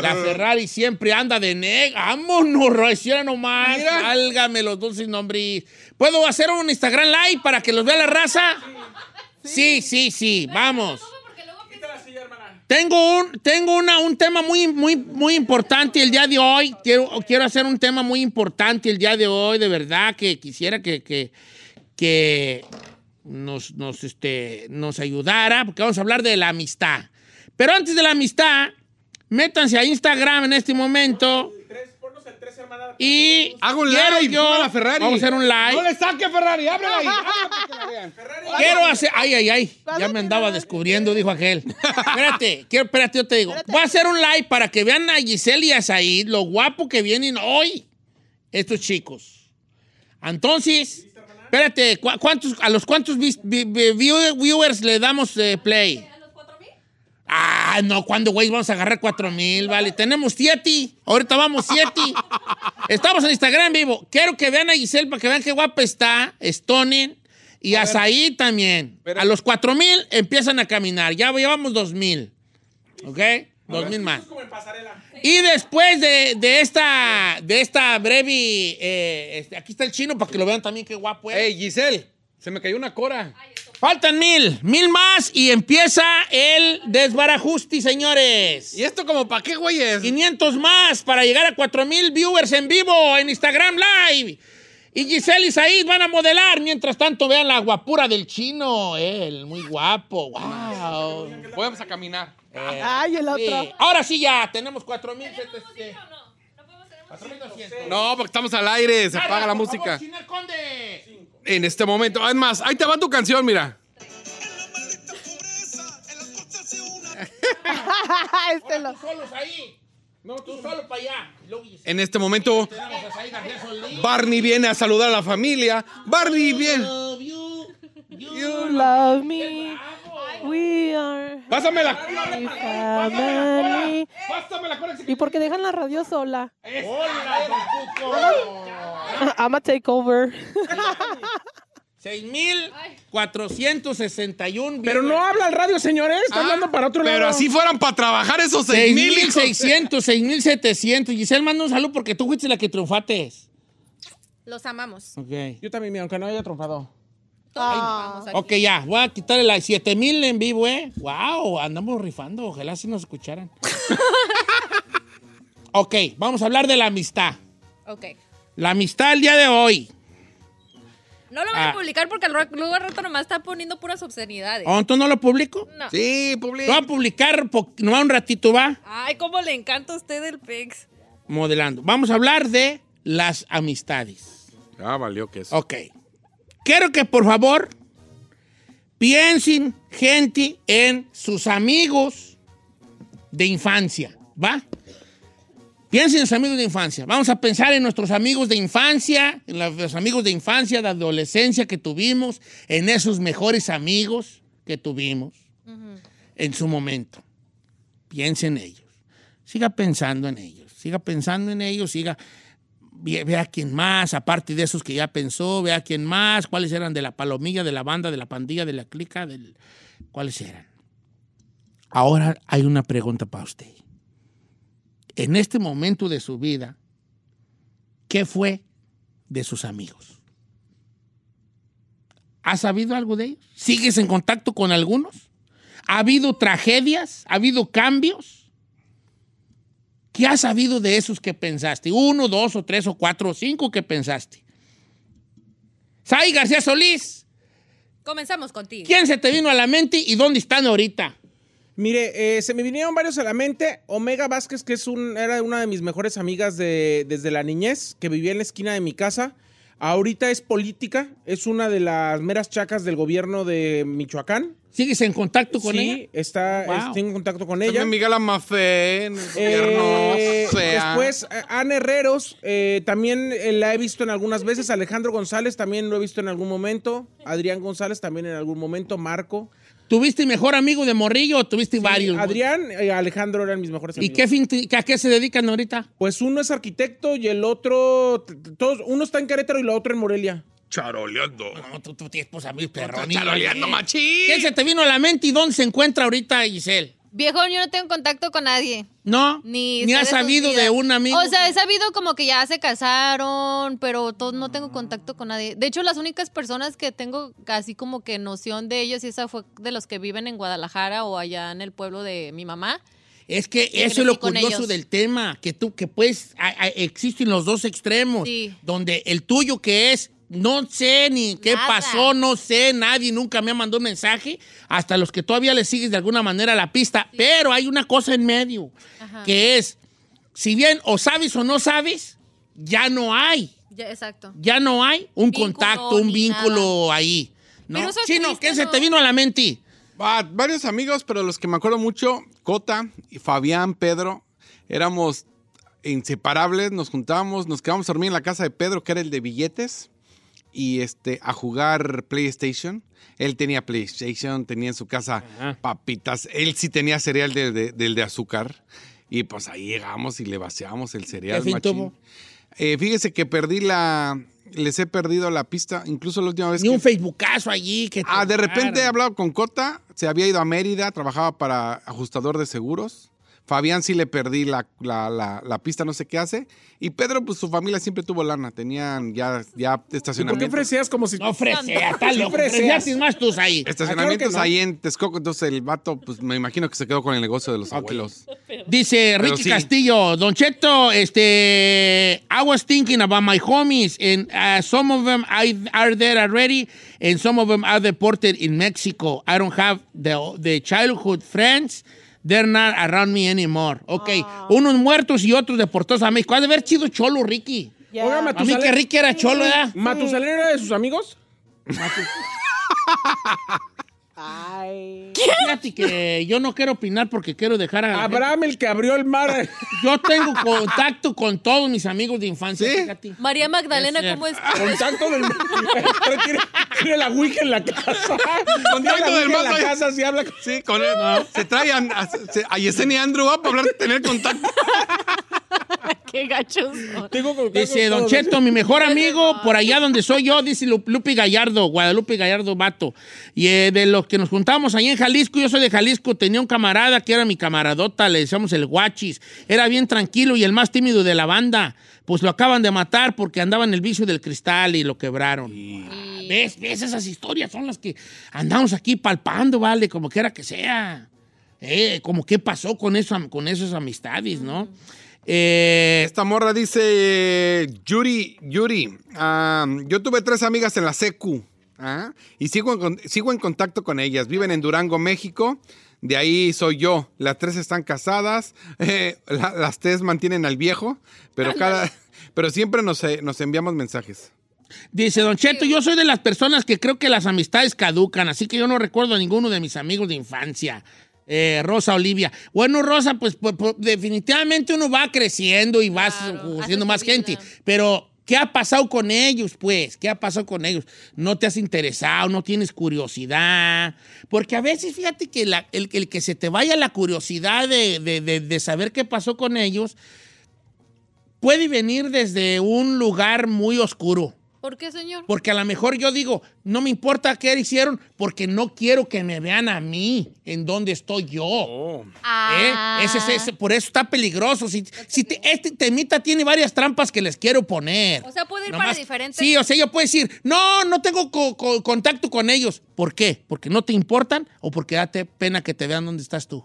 La Ferrari siempre anda de negro. Vámonos, Roisiera nomás. Álgame los dulces nombres. ¿Puedo hacer un Instagram Live para que los vea la raza? Sí, sí, sí. Vamos. Tengo un, tengo una, un tema muy, muy, muy importante el día de hoy. Quiero, quiero hacer un tema muy importante el día de hoy, de verdad, que quisiera que, que, que nos, nos, este, nos ayudara, porque vamos a hablar de la amistad. Pero antes de la amistad, métanse a Instagram en este momento. Y hago un live, pongan a Ferrari. Vamos a hacer un live. No le saque Ferrari, ábrela ahí. ábrela para que la vean. Quiero hacer. Ay, ay, ay. Ya me andaba descubriendo, dijo aquel. espérate, quiero, espérate, yo te digo. Voy a hacer un live para que vean a Giselle y a Said, lo guapo que vienen hoy, estos chicos. Entonces, espérate, ¿cu- cuántos, ¿a los cuántos vis- vi- vi- view- viewers le damos eh, play? Ah, no, ¿cuándo, güey? Vamos a agarrar 4 mil, vale. Tenemos 7. Ahorita vamos 7. Estamos en Instagram vivo. Quiero que vean a Giselle para que vean qué guapa está. Stonen. Y a Said también. A los 4 mil empiezan a caminar. Ya llevamos 2 mil. ¿Ok? 2 mil más. Y después de, de esta, de esta breve. eh, este, aquí está el chino para que lo vean también qué guapo es. Hey, Giselle, se me cayó una cora. Faltan mil, mil más y empieza el desbarajusti, señores. ¿Y esto como para qué, güeyes? 500 más para llegar a 4000 viewers en vivo en Instagram Live. Y Giselle y Said van a modelar. Mientras tanto, vean la guapura del chino. Él, muy guapo. Wow. Podemos a caminar. Ay, el otro. [laughs] Ahora sí ya, tenemos 4700. No, porque estamos al aire, se apaga la música. En este momento. Es más, ahí te va tu canción, mira. este lo... solos ahí. No, tú solo para allá. Y luego Giselle. En este momento, Tenemos a Said Ariel Solís. Barney viene a saludar a la familia. Barney viene. You love me. We are. Pásame la- happy family. ¿Y por qué dejan la radio sola? I'ma take over. [laughs] 6,461. Pero no habla al radio, señores. Está hablando para otro lado. para trabajar esos 6,000, hijos. 6,600, 6,700. Giselle, manda un saludo porque tú fuiste la que triunfaste. Los amamos. Ok. Yo también, mira, aunque no haya tronfado. Ah. Ok, ya. Voy a quitarle la 7000 en vivo, ¿eh? ¡Wow! Andamos rifando. Ojalá si nos escucharan. ok, vamos a hablar de la amistad. Ok. La amistad el día de hoy. No lo voy a Ah. publicar porque el ro- luego al rato nomás está poniendo puras obscenidades. ¿O Oh, entonces no lo publico? No. Sí, publico. Lo voy a publicar po- nomás un ratito, ¿va? Ay, cómo le encanta a usted el pex. Modelando. Vamos a hablar de las amistades. Ah, valió que eso. Ok. Quiero que por favor piensen, gente, en sus amigos de infancia, ¿va? Piensen en sus amigos de infancia. Vamos a pensar en nuestros amigos de infancia, en la- los amigos de infancia, de adolescencia que tuvimos, en esos mejores amigos que tuvimos en su momento. Piensen en ellos. Siga pensando en ellos. Siga pensando en ellos. Siga. Ve- Vea quién más, aparte de esos que ya pensó, vea quién más, cuáles eran de la palomilla, de la banda, de la pandilla, de la clica, del... cuáles eran. Ahora hay una pregunta para usted. En este momento de su vida, ¿qué fue de sus amigos? ¿Ha sabido algo de ellos? ¿Sigues en contacto con algunos? ¿Ha habido tragedias? ¿Ha habido cambios? ¿Qué has sabido de esos que pensaste? Uno, dos, o tres, o cuatro, o cinco que pensaste. Sai García Solís, Comenzamos contigo. ¿quién se te vino a la mente y dónde están ahorita? Mire, eh, se me vinieron varios a la mente. Omega Vázquez, que es un, era una de mis mejores amigas de- desde la niñez, que vivía en la esquina de mi casa. Ahorita es política, es una de las meras chacas del gobierno de Michoacán. ¿Sigues en contacto con ella? Sí, está, Wow. es- tengo contacto con También ella. Miguel Amafé, en el gobierno, Eh, o sea. Después, eh, Ana Herreros, eh, también eh, la he visto en algunas veces. Alejandro González también lo he visto en algún momento. Adrián González también en algún momento. Marco. ¿Tuviste mejor amigo de Morrillo o tuviste varios? güey? Adrián y Alejandro eran mis mejores ¿Y amigos. qué fin te- a qué se dedican ahorita? Pues uno es arquitecto y el otro. t- t- Todos, uno está en Querétaro y el otro en Morelia. Charoleando. No, tú, tú tienes pues amigos perrones. charoleando, machín. ¿Quién se te vino a la mente y dónde se encuentra ahorita Giselle? Viejo, yo no tengo contacto con nadie. ¿No? Ni, Ni sé has sus sabido vidas. de un amigo. O sea, he sabido como que ya se casaron, pero todos no tengo contacto con nadie. De hecho, las únicas personas que tengo así como que noción de ellos y esa fue de los que viven en Guadalajara o allá en el pueblo de mi mamá. Es que que eso es lo crecí con curioso ellos. del tema, que tú, que pues a- a- existen los dos extremos, Sí. donde el tuyo que es, no sé ni qué Nada. pasó, no sé, nadie nunca me ha mandado un mensaje, hasta los que todavía le sigues de alguna manera la pista, pero hay una cosa en medio, Ajá. que es, si bien o sabes o no sabes, ya no hay, Ya, exacto. ya no hay un Vínculo contacto, un ni vínculo ahí. ¿no? Pero eso es Chino, triste, ¿qué se ¿no? te vino a la mente? Va- varios amigos, pero los que me acuerdo mucho, Cota, y Fabián, Pedro, éramos inseparables, nos juntábamos, nos quedábamos a dormir en la casa de Pedro, que era el de billetes, y este, a jugar PlayStation. Él tenía PlayStation, tenía en su casa papitas, él sí tenía cereal del de, del de azúcar, y pues ahí llegamos y le vaciamos el cereal. fin machín. tuvo? Eh, fíjese que perdí la... Les he perdido la pista, incluso la última vez Ni que... un Facebookazo allí que te Ah, de repente he mandaron. hablado con Cota, se había ido a Mérida, trabajaba para ajustador de seguros. Fabián sí le perdí la, la- la- la pista, no sé qué hace. Y Pedro, pues su familia siempre tuvo lana, tenían ya, ya ¿Y por qué Ah, estacionamientos. ofrecías como si.? No freseas, estás Sí loco. freseas. freseas más tus ahí. Estacionamientos Ah, claro que no. ahí en Texcoco, entonces el vato, pues me imagino que se quedó con el negocio de los abuelos. Dice Pero Ricky sí. Castillo, Don Cheto, este, I was thinking about my homies, and uh, some of them I, are there already, and some of them are deported in Mexico. I don't have the, the childhood friends, they're not around me anymore. Ok, Ah. unos muertos y otros deportados a México. Ha de haber sido cholo, Ricky. Ya. Oiga, A mí Matusalén- que Ricky era cholo, ¿verdad? ¿Matusalén era de sus amigos? Ay. Fíjate que yo no quiero opinar porque quiero dejar a... la Abraham, el que abrió el mar. eh, gente. Yo tengo contacto con todos mis amigos de infancia, fíjate. María Magdalena, Puede ser. ¿cómo es? [laughs] Contacto del. Pero tiene, tiene la wiki en la casa. Tiene la Contacto del wiki en la mapa. casa, sí habla. con- Sí, con él. Se trae a, a- se- a Yesenia Andrew ¿va? para hablar, tener contacto. Qué gachos. Tengo que buscar Dice con Don todo. Cheto, [laughs] mi mejor amigo, por allá donde soy yo, dice Lu- Lupi Gallardo, Guadalupe Gallardo Bato. Y eh, de los que nos juntábamos ahí en Jalisco, yo soy de Jalisco, tenía un camarada que era mi camaradota, le decíamos el guachis. Era bien tranquilo y el más tímido de la banda. Pues lo acaban de matar porque andaba en el vicio del cristal y lo quebraron. Ah, ¿Ves? ¿Ves? Esas historias son las que andamos aquí palpando, ¿vale? Como quiera que sea. Eh, como qué pasó con, eso, con esas amistades, ¿no? Eh, Esta morra dice, eh, Yuri, Yuri, ah, yo tuve tres amigas en la secu ah, y sigo en, con- sigo en contacto con ellas. Viven en Durango, México. De ahí soy yo. Las tres están casadas, [laughs] eh, la- las tres mantienen al viejo, pero, cada, [laughs] pero siempre nos, eh, nos enviamos mensajes. Dice Don Cheto, yo soy de las personas que creo que las amistades caducan, así que yo no recuerdo a ninguno de mis amigos de infancia. Eh, Rosa Olivia. Bueno, Rosa, pues por- por- definitivamente uno va creciendo y vas conociendo más gente, pero ¿qué ha pasado con ellos, pues? ¿Qué ha pasado con ellos? No te has interesado, no tienes curiosidad, porque a veces fíjate que la- el, el que se te vaya la curiosidad de- de- de- de saber qué pasó con ellos puede venir desde un lugar muy oscuro. ¿Por qué, señor? Porque a lo mejor yo digo, no me importa qué hicieron, porque no quiero que me vean a mí en donde estoy yo. Oh. ¿Eh? Ah. Ese es- ese- por eso está peligroso. Si, si te- este temita tiene varias trampas que les quiero poner. O sea, puede ir para Nomás- diferentes. Sí, o sea, yo puedo decir, no, no tengo co- co- contacto con ellos. ¿Por qué? ¿Porque no te importan o porque date pena que te vean dónde estás tú?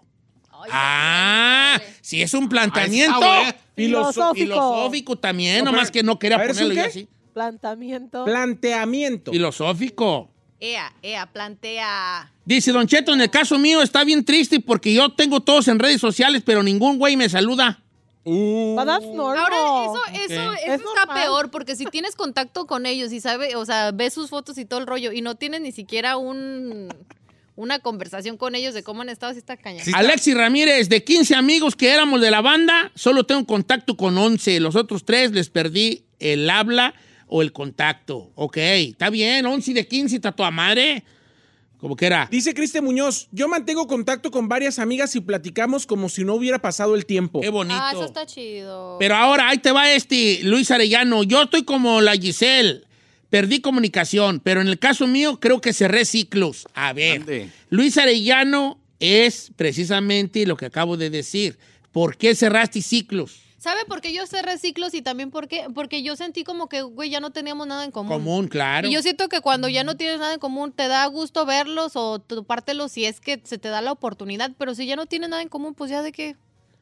ah, si es un planteamiento Ah, está bueno. filosófico. Filosófico. filosófico también, No, pero- nomás que no quería a ver, ¿es un ponerlo yo qué? así. Plantamiento. Planteamiento. Filosófico. Ea, ea, plantea. Dice Don Cheto, en el caso mío está bien triste porque yo tengo todos en redes sociales, pero ningún güey me saluda. Ahora, eso, eso, Ok. eso Es está peor, porque si tienes contacto con ellos y sabe, o sea, ves sus fotos y todo el rollo, y no tienes ni siquiera un una conversación con ellos de cómo han estado, sí está cañón. Alexis Ramírez, de 15 amigos que éramos de la banda, solo tengo contacto con 11. Los otros tres les perdí el habla o el contacto. Ok, está bien, 11 de 15, está toda madre. Como que era. Dice Cristian Muñoz, yo mantengo contacto con varias amigas y platicamos como si no hubiera pasado el tiempo. Qué bonito. Ah, eso está chido. Pero ahora, ahí te va este, Luis Arellano. Yo estoy como la Giselle. Perdí comunicación, pero en el caso mío creo que cerré ciclos. A ver, Luis Arellano es precisamente lo que acabo de decir. ¿Por qué cerraste ciclos? ¿Sabe por qué yo cerré ciclos y también por qué? Porque yo sentí como que, güey, ya no teníamos nada en común. Común, claro. Y yo siento que cuando ya Mm. no tienes nada en común, te da gusto verlos o topártelos si es que se te da la oportunidad, pero si ya no tienes nada en común, pues ya de qué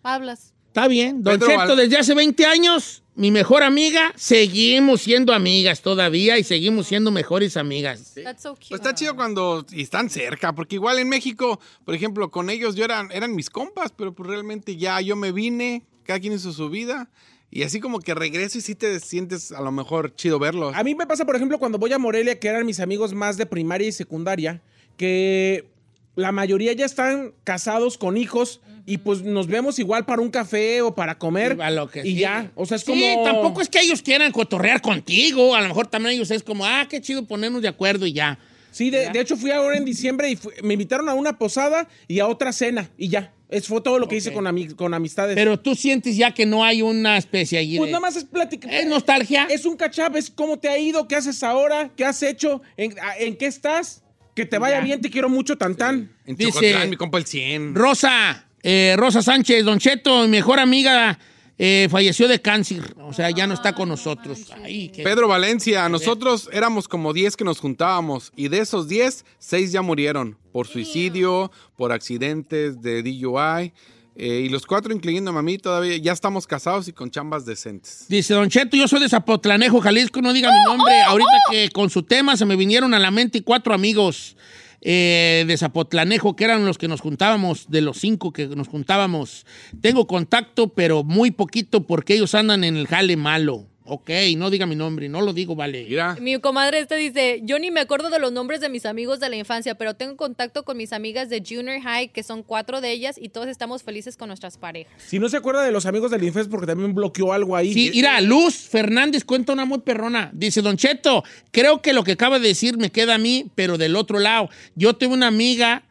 hablas. Está bien, Don Pedro Cheto, Val- desde hace 20 años, mi mejor amiga, seguimos siendo amigas todavía y seguimos siendo mejores amigas. That's so cute. Pues está chido cuando y están cerca, porque igual en México, por ejemplo, con ellos yo eran, eran mis compas, pero pues realmente ya yo me vine, cada quien hizo su vida, y así como que regreso y sí te sientes a lo mejor chido verlos. A mí me pasa, por ejemplo, cuando voy a Morelia, que eran mis amigos más de primaria y secundaria, que la mayoría ya están casados con hijos y pues nos vemos igual para un café o para comer. Y va lo que y sí. ya, o sea, es Sí, como... tampoco es que ellos quieran cotorrear contigo. A lo mejor también ellos es como, ah, qué chido ponernos de acuerdo y ya. Sí, de, de hecho fui ahora en diciembre y fui- me invitaron a una posada y a otra cena y ya. Es, fue todo lo que hice con, ami- con amistades. Pero tú sientes ya que no hay una especie allí. Pues de- nada más es platicar. Es nostalgia. [laughs] Es un cachap, es cómo te ha ido, qué haces ahora, qué has hecho, en, a- en qué estás. Que te vaya Ya. bien, te quiero mucho, tan tan. En Dice- Chocotlán, mi compa el 100. Rosa, eh, Rosa Sánchez, Don Cheto, mi mejor amiga, eh, falleció de cáncer. O sea, ya no está con nosotros. Ay, qué- Pedro Valencia, nosotros éramos como 10 que nos juntábamos, y de esos 10, 6 ya murieron por suicidio, por accidentes de DUI, eh, y los cuatro, incluyéndome a mí, todavía ya estamos casados y con chambas decentes. Dice Don Cheto, yo soy de Zapotlanejo, Jalisco, no diga mi nombre. Ahorita que con su tema se me vinieron a la mente cuatro amigos eh, de Zapotlanejo, que eran los que nos juntábamos, de los cinco que nos juntábamos. Tengo contacto, pero muy poquito porque ellos andan en el jale malo. Ok, no diga mi nombre, no lo digo, vale. Mira. Mi comadre esta dice, yo ni me acuerdo de los nombres de mis amigos de la infancia, pero tengo contacto con mis amigas de junior high, que son cuatro de ellas, y todos estamos felices con nuestras parejas. Si no se acuerda de los amigos del Infest porque también bloqueó algo ahí. Sí, mira, Luz Fernández cuenta una muy perrona. Dice, Don Cheto, creo que lo que acaba de decir me queda a mí, pero del otro lado. Yo tengo una amiga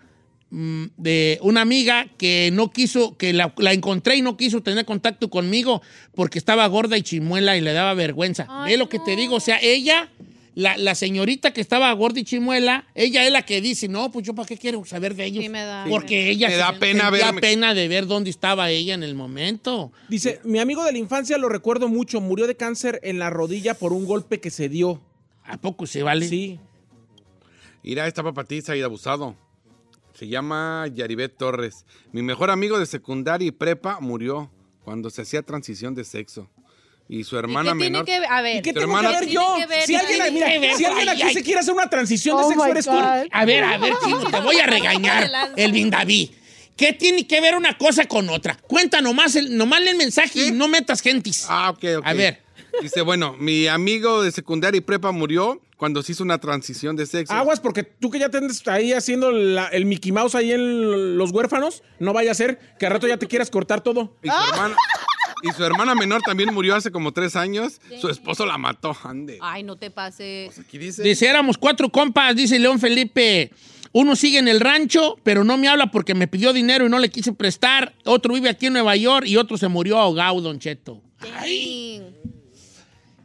mm, de una amiga que no quiso, que la, la encontré y no quiso tener contacto conmigo porque estaba gorda y chimuela y le daba vergüenza. Ve lo que te digo, o sea, ella, la, la señorita que estaba gorda y chimuela, ella es la que dice, no, pues yo para qué quiero saber de ellos. Sí, me da. Porque ella Me da pena sentía verme. pena de ver dónde estaba ella en el momento. Dice, mi amigo de la infancia lo recuerdo mucho, murió de cáncer en la rodilla por un golpe que se dio. ¿A poco se vale? Sí. Mira, esta papatiza y abusado. Se llama Yaribet Torres. Mi mejor amigo de secundaria y prepa murió cuando se hacía transición de sexo. Y su hermana ¿Y qué menor. tiene que ver? A ver. qué tengo que ver yo? Tiene que ver, Si alguien, tiene mira, que ver. si alguien aquí se quiere hacer una transición de Oh sexo, my eres tú. God. A ver, a ver, Chino, te voy a regañar, el Vindaví. ¿Qué tiene que ver una cosa con otra? Cuenta nomás el, nomás el mensaje y no metas gentis. Ah, ok, ok. A ver. Dice, bueno, mi amigo de secundaria y prepa murió cuando se hizo una transición de sexo. Aguas, porque tú que ya te andas ahí haciendo la- el Mickey Mouse ahí en los huérfanos, no vaya a ser que al rato ya te quieras cortar todo. Y su, Ah. hermana, y su hermana menor también murió hace como tres años. Su esposo la mató, ande. Ay, no te pases. Aquí dice. Ah. Dice, éramos cuatro compas, dice León Felipe. Uno sigue en el rancho, pero no me habla porque me pidió dinero y no le quise prestar. Otro vive aquí en Nueva York y otro se murió ahogado, Don Cheto. Ay.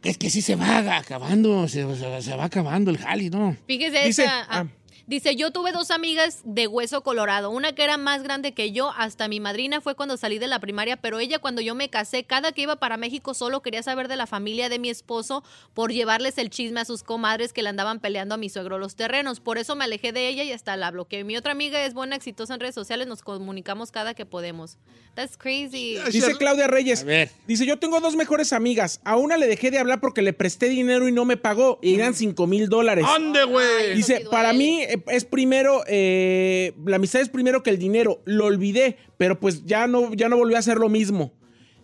Es que sí se va acabando, se, se- se va acabando el jali, ¿no? Fíjese Dice, esta, ah, ah. Dice, yo tuve dos amigas de hueso colorado, una que era más grande que yo, hasta mi madrina fue cuando salí de la primaria, pero ella cuando yo me casé, cada que iba para México solo quería saber de la familia de mi esposo por llevarles el chisme a sus comadres que le andaban peleando a mi suegro los terrenos. Por eso me alejé de ella y hasta la bloqueé. Mi otra amiga es buena, exitosa en redes sociales, nos comunicamos cada que podemos. That's crazy. Dice Claudia Reyes. Dice, yo tengo dos mejores amigas. A una le dejé de hablar porque le presté dinero y no me pagó. Y eran 5 mil dólares. ¡Ande, güey! Dice, para mí eh, es primero, eh, la amistad es primero que el dinero. Lo olvidé, pero pues ya no, ya no volvió a hacer lo mismo.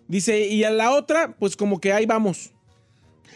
Dice, y a la otra, pues como que ahí vamos.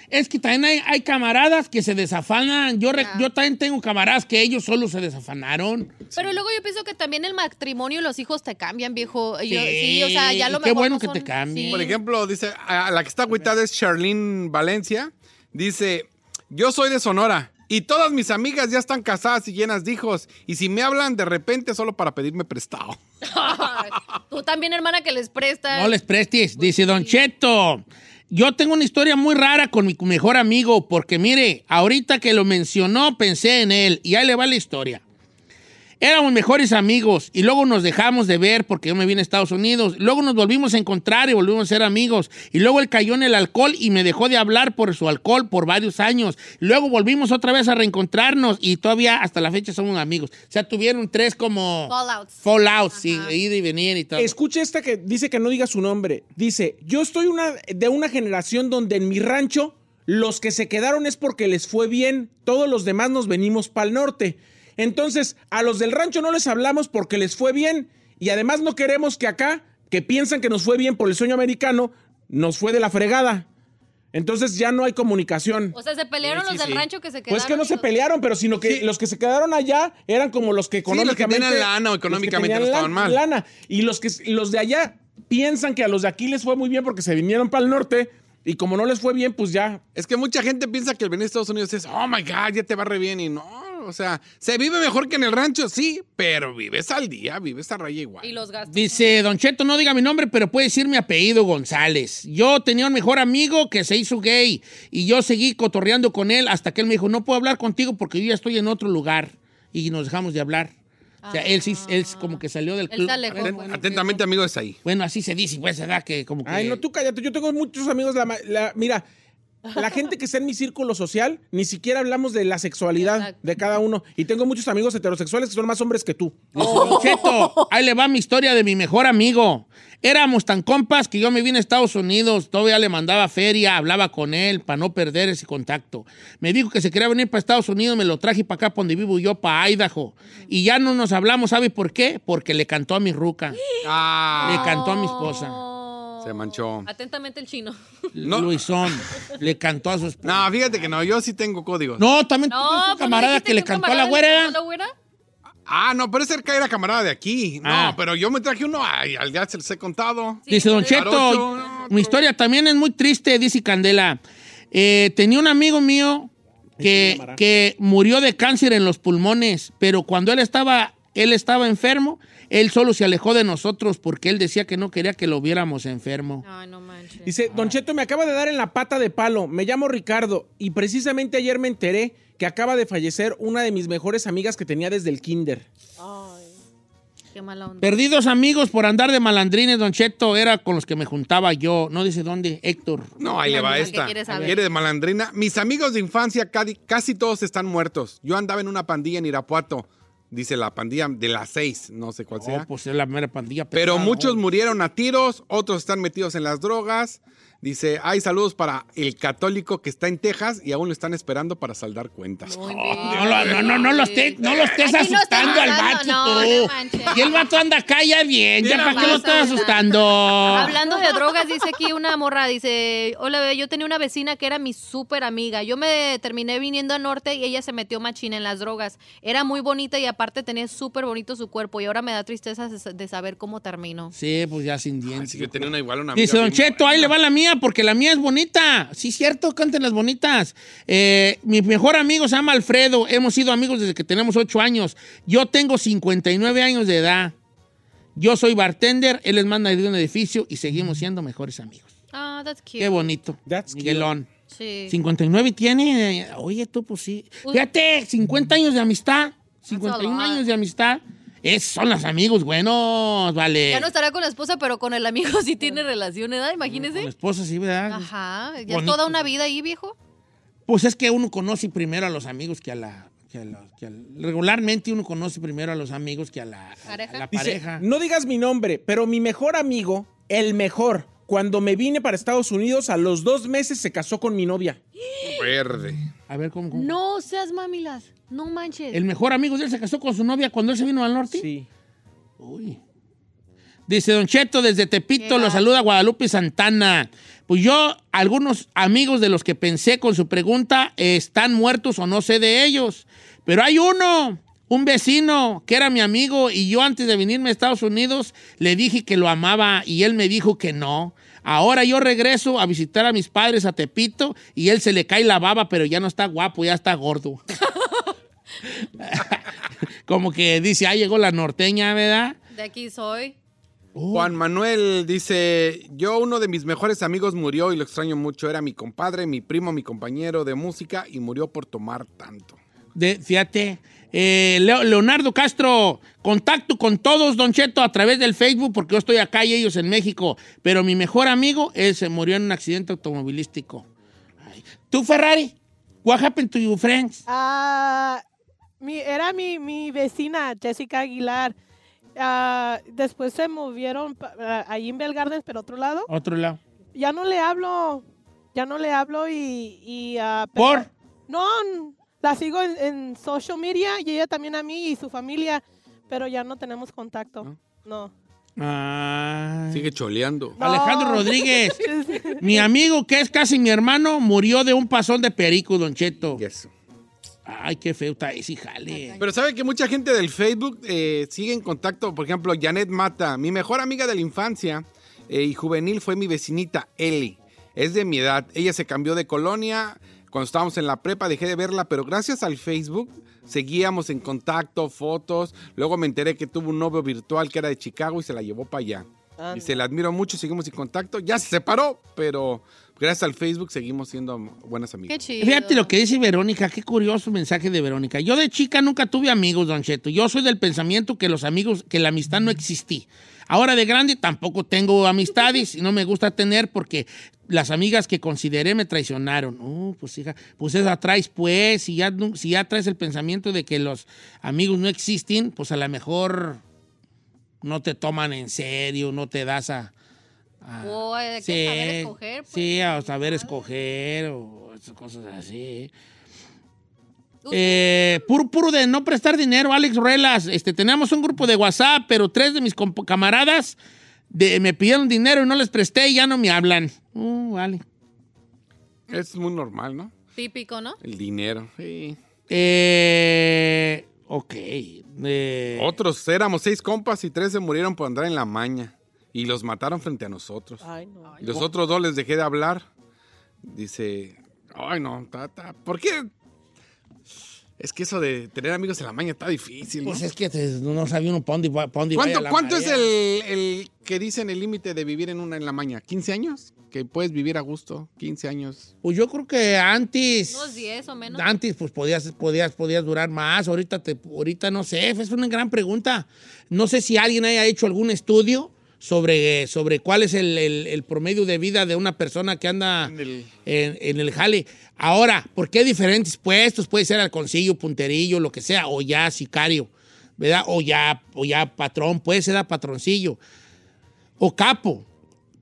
Es que también hay, hay camaradas que se desafanan. Yo, re- yo también tengo camaradas que ellos solo se desafanaron. Pero luego yo pienso que también el matrimonio y los hijos te cambian, viejo. Yo- Sí. sí, o sea, ya lo Y qué mejor bueno no que son- te cambien. Por ejemplo, dice, a- a la que está agüitada es Charlene Valencia. Dice, yo soy de Sonora y todas mis amigas ya están casadas y llenas de hijos. Y si me hablan de repente solo para pedirme prestado. [laughs] Tú también, hermana, que les prestas. No les prestes. Dice Don Cheto. Yo tengo una historia muy rara con mi mejor amigo, porque mire, ahorita que lo mencionó pensé en él y ahí le va la historia. Éramos mejores amigos y luego nos dejamos de ver porque yo me vine a Estados Unidos. Luego nos volvimos a encontrar y volvimos a ser amigos. Y luego él cayó en el alcohol y me dejó de hablar por su alcohol por varios años. Luego volvimos otra vez a reencontrarnos y todavía hasta la fecha somos amigos. O sea, tuvieron tres como... Fallouts. Fallouts, sí, de ir y venir y todo. Escuche esta que dice que no diga su nombre. Dice, yo estoy una, de una generación donde en mi rancho los que se quedaron es porque les fue bien, todos los demás nos venimos para el norte. Entonces, a los del rancho no les hablamos porque les fue bien y además no queremos que acá, que piensan que nos fue bien por el sueño americano, nos fue de la fregada. Entonces ya no hay comunicación. O sea, se pelearon los del rancho que se quedaron. Pues que no se pelearon, pero sino que los que se quedaron allá eran como los que los que económicamente... tenían lana o los que económicamente tenían no estaban la- mal. lana. Y los, que, los de allá piensan que a los de aquí les fue muy bien porque se vinieron para el norte y como no les fue bien, pues ya. Es que mucha gente piensa que el venir a Estados Unidos es, oh my God, ya te va re bien. Y no, o sea, se vive mejor que en el rancho, sí, pero vives al día, vives a raya igual. Y los gastos. Dice, Don Cheto, no diga mi nombre, pero puede decir mi apellido González. Yo tenía un mejor amigo que se hizo gay y yo seguí cotorreando con él hasta que él me dijo, no puedo hablar contigo porque yo ya estoy en otro lugar y nos dejamos de hablar. O sea, él sí, él como que salió del Él club. se alejó, Atent- pues. Atentamente, amigo, es ahí. Bueno, así se dice, pues, ¿verdad? Que como que... Ay, no, tú cállate. Yo tengo muchos amigos. La, ma- la- mira, [laughs] la gente que está en mi círculo social, ni siquiera hablamos de la sexualidad de cada uno. Y tengo muchos amigos heterosexuales que son más hombres que tú. Oh, Dice, "Don Oh. Cheto, ahí le va mi historia de mi mejor amigo. Éramos tan compas que yo me vine a Estados Unidos, todavía le mandaba feria, hablaba con él para no perder ese contacto. Me dijo que se quería venir para Estados Unidos, me lo traje para acá, para donde vivo yo, para Idaho. Y ya no nos hablamos, ¿sabe por qué? Porque le cantó a mi ruca, le Ah, cantó a mi esposa, se manchó. Atentamente [laughs] el chino. Luisón, le cantó a su esposa. No, fíjate que no, yo sí tengo códigos. No, también tú No, tienes un pues, camarada dijiste que le un cantó a la camarada güera. le cantó a la güera? Ah, no, pero ese era camarada de aquí. No, Ah. pero yo me traje uno. Ay, al ya se les he contado. Dice Don Cheto, Jarocho, mi historia también es muy triste, dice Candela. Eh, tenía un amigo mío que, que murió de cáncer en los pulmones, pero cuando él estaba Él estaba enfermo, él solo se alejó de nosotros porque él decía que no quería que lo viéramos enfermo. Ay, no manches. Dice, Don Cheto, me acaba de dar en la pata de palo. Me llamo Ricardo y precisamente ayer me enteré que acaba de fallecer una de mis mejores amigas que tenía desde el kinder. Qué mala onda. Perdidos amigos por andar de malandrines, Don Cheto, era con los que me juntaba yo. No dice dónde, Héctor. No, ahí le va ¿Qué esta. quieres saber? Quiere de malandrina. Mis amigos de infancia cadi- casi todos están muertos. Yo andaba en una pandilla en Irapuato. Dice la pandilla de las seis, no sé cuál sea. pues es la mera pandilla. Pero pesada, muchos hombre. murieron a tiros, otros están metidos en las drogas. Dice, hay saludos para el católico que está en Texas y aún lo están esperando para saldar cuentas. Oh, No, lo- no, no, no lo estés, no lo estés Aquí no asustando estamos al hablando, macho no, tú. no y el vato anda acá ya bien. ¿Ya Mira, para qué lo vas a estás asustando? Hablando de drogas, dice aquí una morra, dice, hola, bebé, yo tenía una vecina que era mi súper amiga. Yo me terminé viniendo a Norte y ella se metió machina en las drogas. Era muy bonita y aparte tenía súper bonito su cuerpo y ahora me da tristeza de- de saber cómo terminó. Sí, pues ya sin dientes. Yo tenía una igual, una amiga Dice Don bien Cheto, ahí le va la mía, porque la mía es bonita. Sí, cierto, canten las bonitas. Eh, mi mejor amigo se llama Alfredo. Hemos sido amigos desde que tenemos 8 años. Yo tengo 59 años de edad. Yo soy bartender, él es manager de un edificio y seguimos siendo mejores amigos. Ah, that's cute. Qué bonito. Miguelón. Sí. 59 y tiene. eh, Oye, tú, pues sí. Uy. Fíjate, 50 años de amistad. 51 lot. años de amistad. Es, son los amigos buenos, vale. Ya no estará con la esposa, pero con el amigo sí tiene relación, ¿verdad? Imagínese. Esposa, sí, ¿verdad? Ajá. Ya es Bonito. toda una vida ahí, viejo. Pues es que uno conoce primero a los amigos que a la. que a los- que al- regularmente uno conoce primero a los amigos que a la, a- a la Dice, pareja. no digas mi nombre, pero mi mejor amigo, el mejor, cuando me vine para Estados Unidos, a los dos meses se casó con mi novia. Verde. A ver, ¿cómo? cómo? No seas mamilas. No manches. ¿El mejor amigo de él se casó con su novia cuando él se vino al norte? Sí. Uy. Dice Don Cheto, desde Tepito lo saluda Guadalupe Santana. Pues yo, algunos amigos de los que pensé con su pregunta eh, están muertos o no sé de ellos. Pero hay uno, un vecino, que era mi amigo y yo antes de venirme a Estados Unidos le dije que lo amaba y él me dijo que no. Ahora yo regreso a visitar a mis padres a Tepito y él se le cae la baba, pero ya no está guapo, ya está gordo. [laughs] Como que dice, ah, llegó la norteña, ¿verdad? De aquí soy. Juan Manuel dice, yo uno de mis mejores amigos murió y lo extraño mucho, era mi compadre, mi primo, mi compañero de música y murió por tomar tanto. De, fíjate. Eh, Leo- Leonardo Castro, contacto con todos, Don Cheto, a través del Facebook, porque yo estoy acá y ellos en México. Pero mi mejor amigo, él se murió en un accidente automovilístico. Ay. ¿Tú, Ferrari? ¿What happened to your friends? Ah, mi, era mi, mi vecina, Jessica Aguilar. Ah, después se movieron pa- ah, ahí en Bell Gardens, pero otro lado. Otro lado. Ya no le hablo. Ya no le hablo y... y, ah, pero- ¿Por? No, n- la sigo en, en social media y ella también a mí y su familia, pero ya no tenemos contacto. No. [laughs] Ay. Sigue choleando. Alejandro Rodríguez. Mi amigo, que es casi mi hermano, murió de un pasón de perico, Don Cheto. Ay, qué feo está ese jale. Pero sabe que mucha gente del Facebook eh, sigue en contacto, por ejemplo, Janet Mata, mi mejor amiga de la infancia eh, y juvenil fue mi vecinita Eli. Es de mi edad. Ella se cambió de colonia. Cuando estábamos en la prepa dejé de verla, pero gracias al Facebook seguíamos en contacto, fotos. Luego me enteré que tuvo un novio virtual que era de Chicago y se la llevó para allá. Y se la admiro mucho, seguimos en contacto. Ya se separó, pero gracias al Facebook seguimos siendo buenas amigas. Fíjate lo que dice Verónica, qué curioso mensaje de Verónica. Yo de chica nunca tuve amigos, Don Cheto. Yo soy del pensamiento que los amigos, que la amistad no existí. Ahora de grande tampoco tengo amistades y no me gusta tener porque las amigas que consideré me traicionaron. Oh, pues hija, pues eso atraes pues, si ya, nu- si ya traes el pensamiento de que los amigos no existen, pues a lo mejor no te toman en serio, no te das a... a- Oh, hay que saber escoger, pues. sí, a saber escoger o esas cosas así. Eh, puro, puro de no prestar dinero, Alex Ruelas. Este, teníamos un grupo de WhatsApp, pero tres de mis comp- camaradas de- me pidieron dinero y no les presté y ya no me hablan. Uh, vale. Es muy normal, ¿no? Típico, ¿no? El dinero. Sí. Eh, ok. eh, Otros éramos seis compas y tres se murieron por andar en la maña. Y los mataron frente a nosotros. Y los otros dos les dejé de hablar. Dice, ay no, tata, ¿por qué? Es que eso de tener amigos en la maña está difícil. ¿no? Pues es que te- no sabía uno para dónde, pa' dónde ¿Cuánto, vaya la cuánto es marea. el, el que dicen el límite de vivir en una en la maña? ¿15 años? Que puedes vivir a gusto, 15 años. Pues yo creo que antes. Unos 10 o menos. Antes, pues podías, podías, podías durar más. Ahorita, te, ahorita no sé. Es una gran pregunta. No sé si alguien haya hecho algún estudio sobre, sobre cuál es el, el- el promedio de vida de una persona que anda en el, en el jale. Ahora, ¿por qué diferentes puestos? Puede ser halconcillo, punterillo, lo que sea, o ya sicario, ¿verdad? O ya, o ya patrón, puede ser a patroncillo. O capo.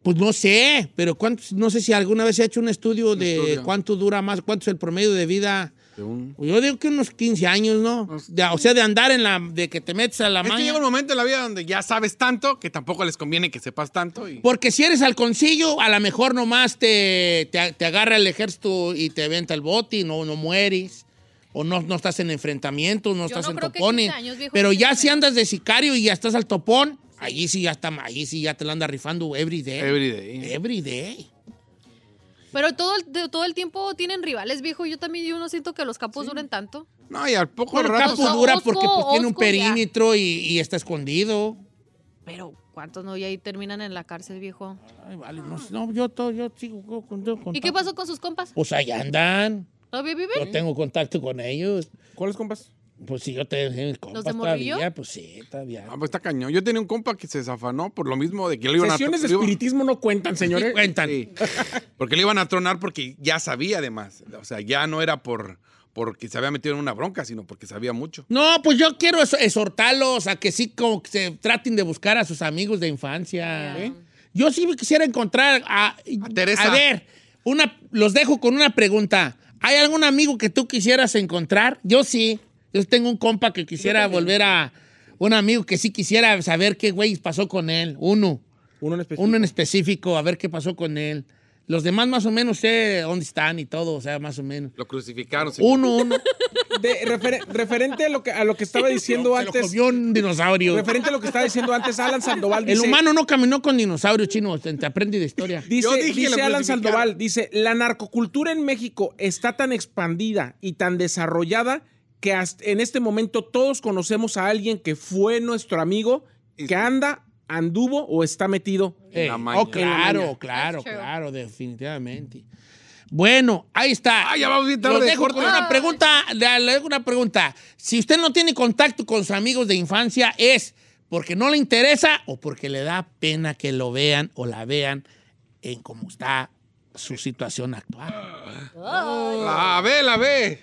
Pues no sé, pero ¿cuántos- no sé si alguna vez se ha hecho un estudio de cuánto dura más, cuánto es el promedio de vida. Pues Yo digo que unos 15 años, ¿no? De- o sea, de andar en la. de que te metes a la Es que maña. llega un momento en la vida donde ya sabes tanto que tampoco les conviene que sepas tanto. Y... Porque si eres halconcillo, a lo mejor nomás te, te, te agarra el ejército y te aventa el bote y no, no mueres. O no, no estás en enfrentamientos, no estás no en creo que topones. 15 años, viejo, pero sí, ya menos. si andas de sicario y ya estás al topón, allí sí ya está, allí sí ya te la anda rifando every day. Every day. Every day. Pero todo el, de- todo el tiempo tienen rivales, viejo. Yo también yo no siento que los capos duren tanto. No, y al poco Bueno, rato. Capo dura Osco, porque pues, tiene un Osco, ya. perímetro y, y está escondido. Pero ¿cuántos no? Y ahí terminan en la cárcel, viejo. Ay, vale, no, sé, no, yo, todo, yo sigo con- con, yo con ¿Y qué pasó con sus compas? Pues ahí andan. ¿Todavía Yo viven? tengo contacto con ellos. ¿Cuáles compas? Pues si yo te mis ¿Los compas de Morrillo? todavía, pues sí, todavía. Ah, pues está cañón. Yo tenía un compa que se zafanó por lo mismo de que le iban Sesiones a de espiritismo no cuentan, señores. cuentan. Porque le iban a tronar porque ya sabía además. O sea, ya no era por porque se había metido en una bronca, sino porque sabía mucho. No, pues yo quiero es- exhortarlos a que sí como que se traten de buscar a sus amigos de infancia. ¿eh? Yo sí me quisiera encontrar a, Teresa. A ver, una, los dejo con una pregunta. ¿Hay algún amigo que tú quisieras encontrar? Yo sí. Yo tengo un compa que quisiera volver a un amigo que sí quisiera saber qué güey pasó con él. Uno. Uno en específico. Uno en específico, a ver qué pasó con él. Los demás más o menos sé dónde están y todo, o sea, más o menos. Lo crucificaron. señor. [laughs] Uno, uno. De- referen- referente a lo que, a lo que estaba diciendo Se lo antes. comió un dinosaurio. Referente a lo que estaba diciendo antes, Alan Sandoval El dice- humano no caminó con dinosaurio chino, te te aprendí de historia. Dice, Yo dije que dice lo Alan crucificaron. Sandoval, dice, la narcocultura en México está tan expandida y tan desarrollada que hasta en este momento todos conocemos a alguien que fue nuestro amigo, que anda, anduvo o está metido. Eh, en la maña. oh, claro, En la maña. claro, claro, definitivamente. Bueno, ahí está. Ah, ya vamos bien tarde, Los dejo corte. con una pregunta, le, le dejo una pregunta. Si usted no tiene contacto con sus amigos de infancia, ¿es porque no le interesa o porque le da pena que lo vean o la vean en cómo está su situación actual? La ve, la ve.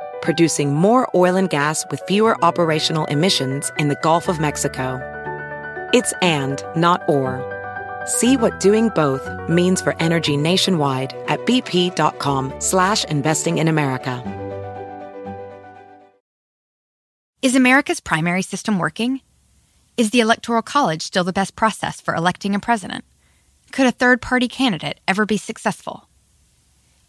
producing more oil and gas with fewer operational emissions in the Gulf of Mexico. It's and, not or. See what doing both means for energy nationwide at bp.com slash investing in America. Is America's primary system working? Is the Electoral College still the best process for electing a president? Could a third party candidate ever be successful?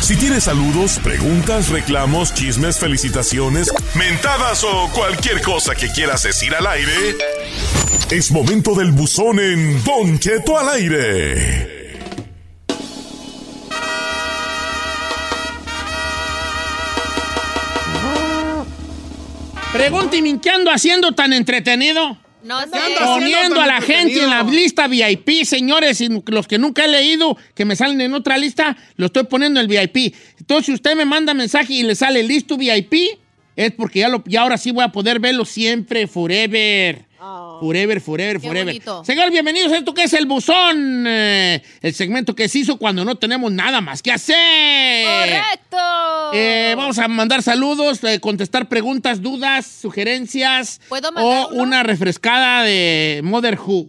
Si tienes saludos, preguntas, reclamos, chismes, felicitaciones, mentadas o cualquier cosa que quieras decir al aire, es momento del buzón en Don Cheto al aire. Pregunta y min, ¿qué ando haciendo tan entretenido? No sé. Poniendo a la gente en la lista VIP, señores, y los que nunca he leído, que me salen en otra lista, lo estoy poniendo en el VIP. Entonces, si usted me manda mensaje y le sale listo VIP, es porque ya, lo, ya ahora sí voy a poder verlo siempre, forever. Forever, forever, Oh. Qué forever. bonito. Señor, bienvenidos a esto que es el buzón. eh, el segmento que se hizo cuando no tenemos nada más que hacer. ¡Correcto! Eh, vamos a mandar saludos, eh, contestar preguntas, dudas, sugerencias. ¿Puedo mandar o una refrescada de Mother Who.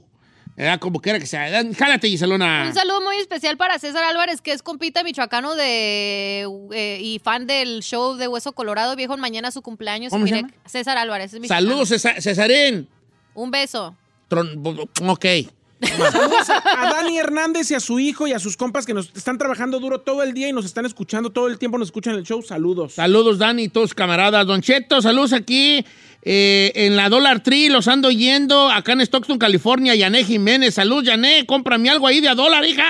¿verdad? Como quiera que sea. Dan- Jálate, Giselona. Un saludo muy especial para César Álvarez, que es compita michoacano de eh, y fan del show de Hueso Colorado. Viejo, mañana su cumpleaños. ¿Cómo se Mire, César Álvarez. es michoacano. Saludos, Cesa- Cesarín. Un beso. Tron- bu- bu- ok. Saludos a Dani Hernández y a su hijo y a sus compas que nos están trabajando duro todo el día y nos están escuchando todo el tiempo, nos escuchan en el show. Saludos. Saludos, Dani, y todos camaradas. Don Cheto, saludos aquí eh, en la Dollar Tree. Los ando yendo acá en Stockton, California. Yané Jiménez. Salud, Yané. Cómprame algo ahí de a dólar, hija.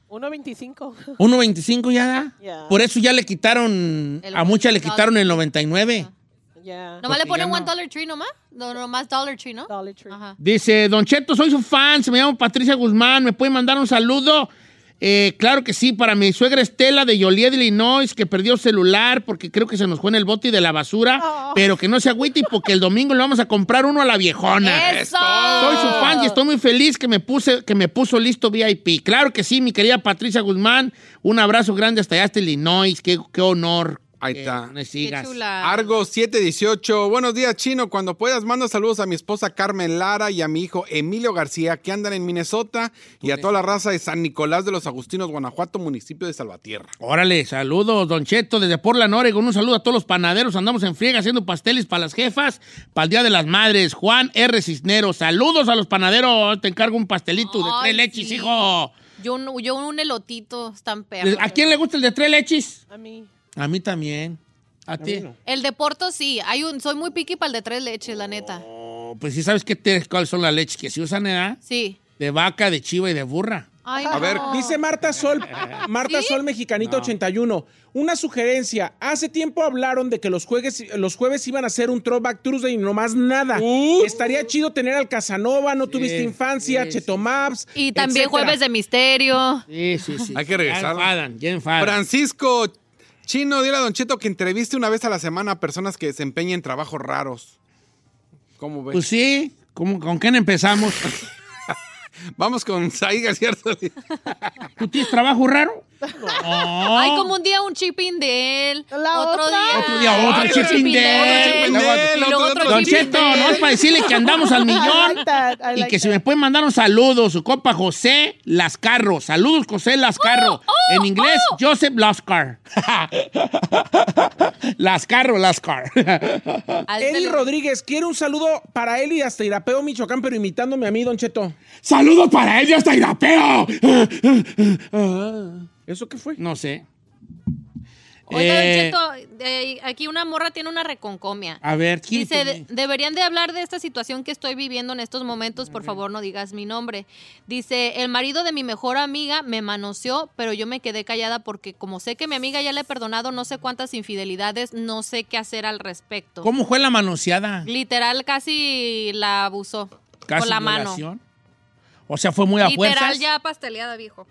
[laughs] 1.25. 1.25 ya da. Ya. Por eso ya le quitaron, El a muchas le $1. quitaron el 99. Ya. ¿Nomás Porque le ponen ya One no. Dollar Tree nomás? No, nomás Dollar Tree, ¿no? Dollar Tree. Ajá. Dice, Don Cheto, soy su fan, se me llama Patricia Guzmán, ¿me puede mandar un saludo? Eh, claro que sí, para mi suegra Estela de Joliet, Illinois, que perdió celular porque creo que se nos fue en el bote de la basura, pero que no se agüite y porque el domingo le vamos a comprar uno a la viejona. ¡Eso! Soy su fan y estoy muy feliz que me, puse, que me puso listo VIP. Claro que sí, mi querida Patricia Guzmán, un abrazo grande hasta allá, hasta Illinois, qué, qué honor. Ahí está. Me sigas. Argo 718. Buenos días, chino. Cuando puedas, manda saludos a mi esposa Carmen Lara y a mi hijo Emilio García, que andan en Minnesota, y a toda la raza de San Nicolás de los Agustinos, Guanajuato, municipio de Salvatierra. Órale, saludos, Don Cheto, desde Portland, Oregon. Un saludo a todos los panaderos. Andamos en friega haciendo pasteles para las jefas, para el Día de las Madres. Juan R. Cisneros, saludos a los panaderos. Te encargo un pastelito de Ay, tres leches, sí. hijo. Yo, un- yo un elotito tan perro. ¿A quién le gusta el de tres leches? A mí. A mí también. ¿A ti? El de Porto sí. Hay un, soy muy piqui para el de tres leches, la neta. Oh, pues sí sabes qué te- cuáles son las leches que se usan, ¿eh? Sí. De vaca, de chiva y de burra. Ay, A no. ver, dice Marta Sol, Marta Sol Mexicanita 81. Una sugerencia. Hace tiempo hablaron de que los jueves, los jueves iban a hacer un Throwback Tuesday y nomás nada. Estaría chido tener al Casanova, no tuviste infancia, Chetomaps. Y también etcétera. Jueves de Misterio. Sí, sí, sí. Hay que Ya regresar. enfadan, ya enfadan. Francisco Chino, dile a Don Cheto que entreviste una vez a la semana a personas que desempeñen trabajos raros. ¿Cómo ves? Pues sí, ¿cómo- ¿con quién [laughs] empezamos? Vamos con Saí García. [laughs] Ortiz. ¿Tú tienes trabajo raro? No. Hay como un día un chipping de él. otro otra. día. Otro día, otro Ay, chipping de él. Otro chipping de él, Y luego otro- otro Don chipping Cheto, de él. no es para decirle que andamos al I millón. like that, I Y like que se that. me puede mandar un saludo, su compa José Lascarro. Saludos, José Oh, Lascarro. en inglés, Joseph Lascar. [laughs] Lascarro, Lascar. [laughs] Eddie Rodríguez, quiero un saludo para él y hasta Irapeo, Michoacán, pero imitándome a mí, Don Cheto. Saludos para él y hasta Irapeo. ¿Eso qué fue? [laughs] no sé. Oiga, Eh, Don Cheto, eh, aquí una morra tiene una reconcomia. a ver, ¿quién Dice, tiene? "De- deberían de hablar de esta situación que estoy viviendo en estos momentos, por favor no digas mi nombre. Dice, el marido de mi mejor amiga me manoseó, pero yo me quedé callada porque como sé que mi amiga ya le he perdonado no sé cuántas infidelidades, no sé qué hacer al respecto. ¿Cómo fue la manoseada? Literal casi la abusó Casi con la mano. violación. O sea, fue muy a Literal fuerzas. ya pasteleada, viejo.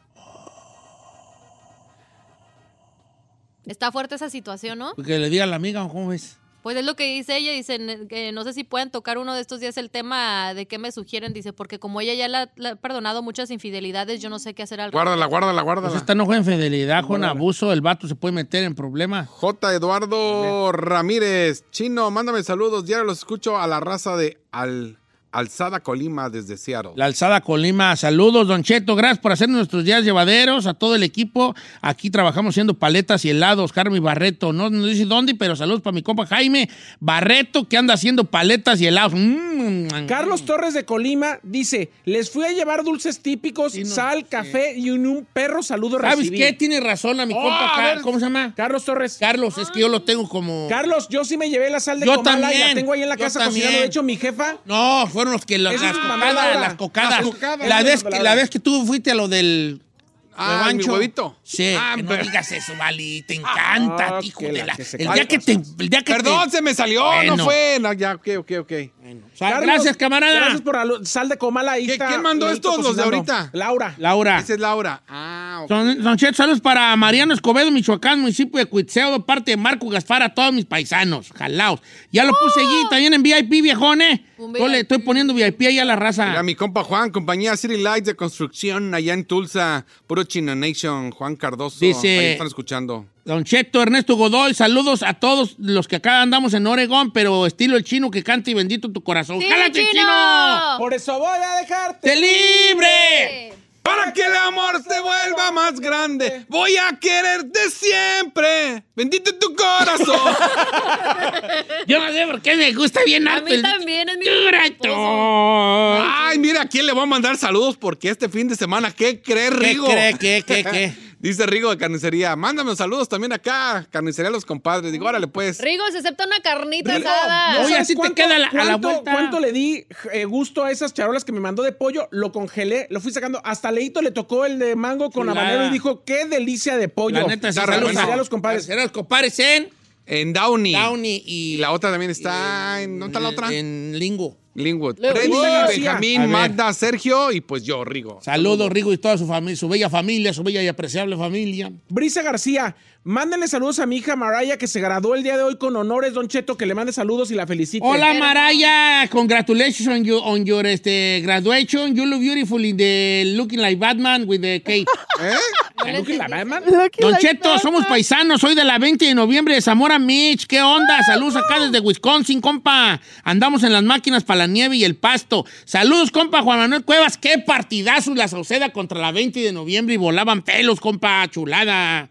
Está fuerte esa situación, ¿no? Que le diga a la amiga, ¿cómo ves? Pues es lo que dice ella, dice, "Ne- que no sé si pueden tocar uno de estos días el tema de qué me sugieren, dice, porque como ella ya la, la ha perdonado muchas infidelidades, yo no sé qué hacer al Guárdala, guárdala, Pues guárdala. esta no fue infidelidad, con abuso, el vato se puede meter en problemas. J. Eduardo Ramírez. Chino, mándame saludos. Diario los escucho a la raza de Al- Alzada Colima desde Seattle. La Alzada Colima, saludos, Don Cheto, gracias por hacer nuestros días llevaderos a todo el equipo. Aquí trabajamos haciendo paletas y helados, Carmen Barreto, no nos dice dónde, pero saludos para mi compa Jaime Barreto, que anda haciendo paletas y helados. Mm. Carlos Torres de Colima dice, les fui a llevar dulces típicos, sal, café y un, un perro saludo ¿Sabes recibí. qué? Tiene razón a mi Oh, compa, a Car- ver. ¿cómo se llama? Carlos Torres. Carlos, es que yo lo tengo como... Carlos, yo sí me llevé la sal de Yo Comala y la también, tengo ahí en la yo casa cocinando. también. De hecho, mi jefa... No, fueron los que las, Esa es las tu mamada cocadas, ahora. las cocadas. Las cocadas. La Esa es vez, la que, la palabra. vez que tú fuiste a lo del Ah, huevancho. mi huevito. Sí, Ah, que no pero- digas eso, Vali, te encanta, Ah, hijo que de la la... que se el, calma. día que te, el día que Perdón, te- se me salió, Bueno. no fue. No, ya, ok, ok, ok. O sea, Ah, Carlos, gracias, camarada. Gracias por la lu- sal de Comala. Ahí ¿Qué- está quién mandó Leito estos, los de cocinando. ahorita? Laura. Laura, Esa es Laura. Ah, Don, don Cheto, saludos para Mariano Escobedo, Michoacán, municipio de Cuitseo, parte de Marco Gaspar, a todos mis paisanos, jalaos. Ya lo puse allí, también en VIP, viejón, ¿eh? Yo le estoy poniendo VIP ahí a la raza. Mira, mi compa Juan, compañía City Lights de construcción allá en Tulsa, puro China Nation, Juan Cardoso. Dice- Ahí están escuchando. Don Cheto, Ernesto Godoy, saludos a todos los que acá andamos en Oregón, pero estilo el chino que canta y bendito tu corazón. ¡Jálate, chino! Por eso voy a dejarte. ¡Te libre! Para que el amor se vuelva más grande, voy a quererte siempre. Bendito [laughs] tu corazón. Yo no sé por qué me gusta bien A alto mí el- Ah, también es mi Ay, mira, ¿a quién le voy a mandar saludos? Porque este fin de semana, ¿qué cree Rigo? cree? ¿Qué, [laughs] qué, qué? Dice Rigo de carnicería, mándame unos saludos también acá, carnicería Los Compadres. Digo, órale, pues. Rigo, se acepta una carnita Rigo, asada. ¿no Oye, sabes así te cuánto- queda la- a la cuánto- vuelta. ¿Cuánto le di eh, gusto a esas charolas que me mandó de pollo? Lo congelé, lo fui sacando. Hasta Leito le tocó el de mango con Chulada. habanero y dijo, qué delicia de pollo. La neta, sí, Saludos saludos. a los compadres. Carnicería los compadres en En Downey. Downey y... Y la otra también está. en- ¿Dónde está la otra? En Lingo. Lingwood. Luego, Freddy, Luego García. A Benjamín, ver. Magda, Sergio y pues yo, Rigo. Saludos, Rigo, y toda su familia, su bella familia, su bella y apreciable familia. Brisa García, mándenle saludos a mi hija Maraya que se graduó el día de hoy con honores, Don Cheto, que le mande saludos y la felicite. Hola, Maraya. Congratulations on your, on your este, graduation. You look beautiful in the looking like Batman with the cape. Don Cheto, somos paisanos. Soy de la 20 de noviembre de Zamora Mitch. ¿Qué onda? Saludos acá desde Wisconsin, compa. Andamos en las máquinas para la nieve y el pasto. Saludos, compa Juan Manuel Cuevas. Qué partidazo la Sauceda contra la 20 de noviembre y volaban pelos, compa. Chulada.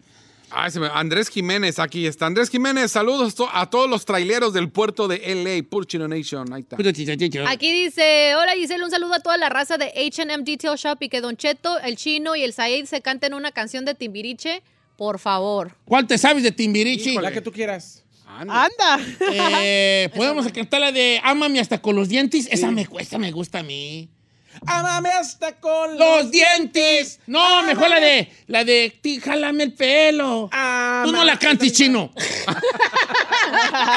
Ay, se Ah, me- Andrés Jiménez, aquí está. Andrés Jiménez, saludos to- a todos los traileros del puerto de LA, Purchino Nation. Ahí está. Aquí dice, hola Giselle, un saludo a toda la raza de H&M Detail Shop y que Don Cheto, el Chino y el Said se canten una canción de Timbiriche, por favor. ¿Cuál te sabes de Timbirichi? La que tú quieras. Anda. Eh, Podemos cantar la de Amame hasta con los dientes. Esa me cuesta, me gusta a mí. Amame hasta con ¡Los dientes! Ah, No, mejor la de la de ti, jálame el pelo. Tú no la cantes, chino.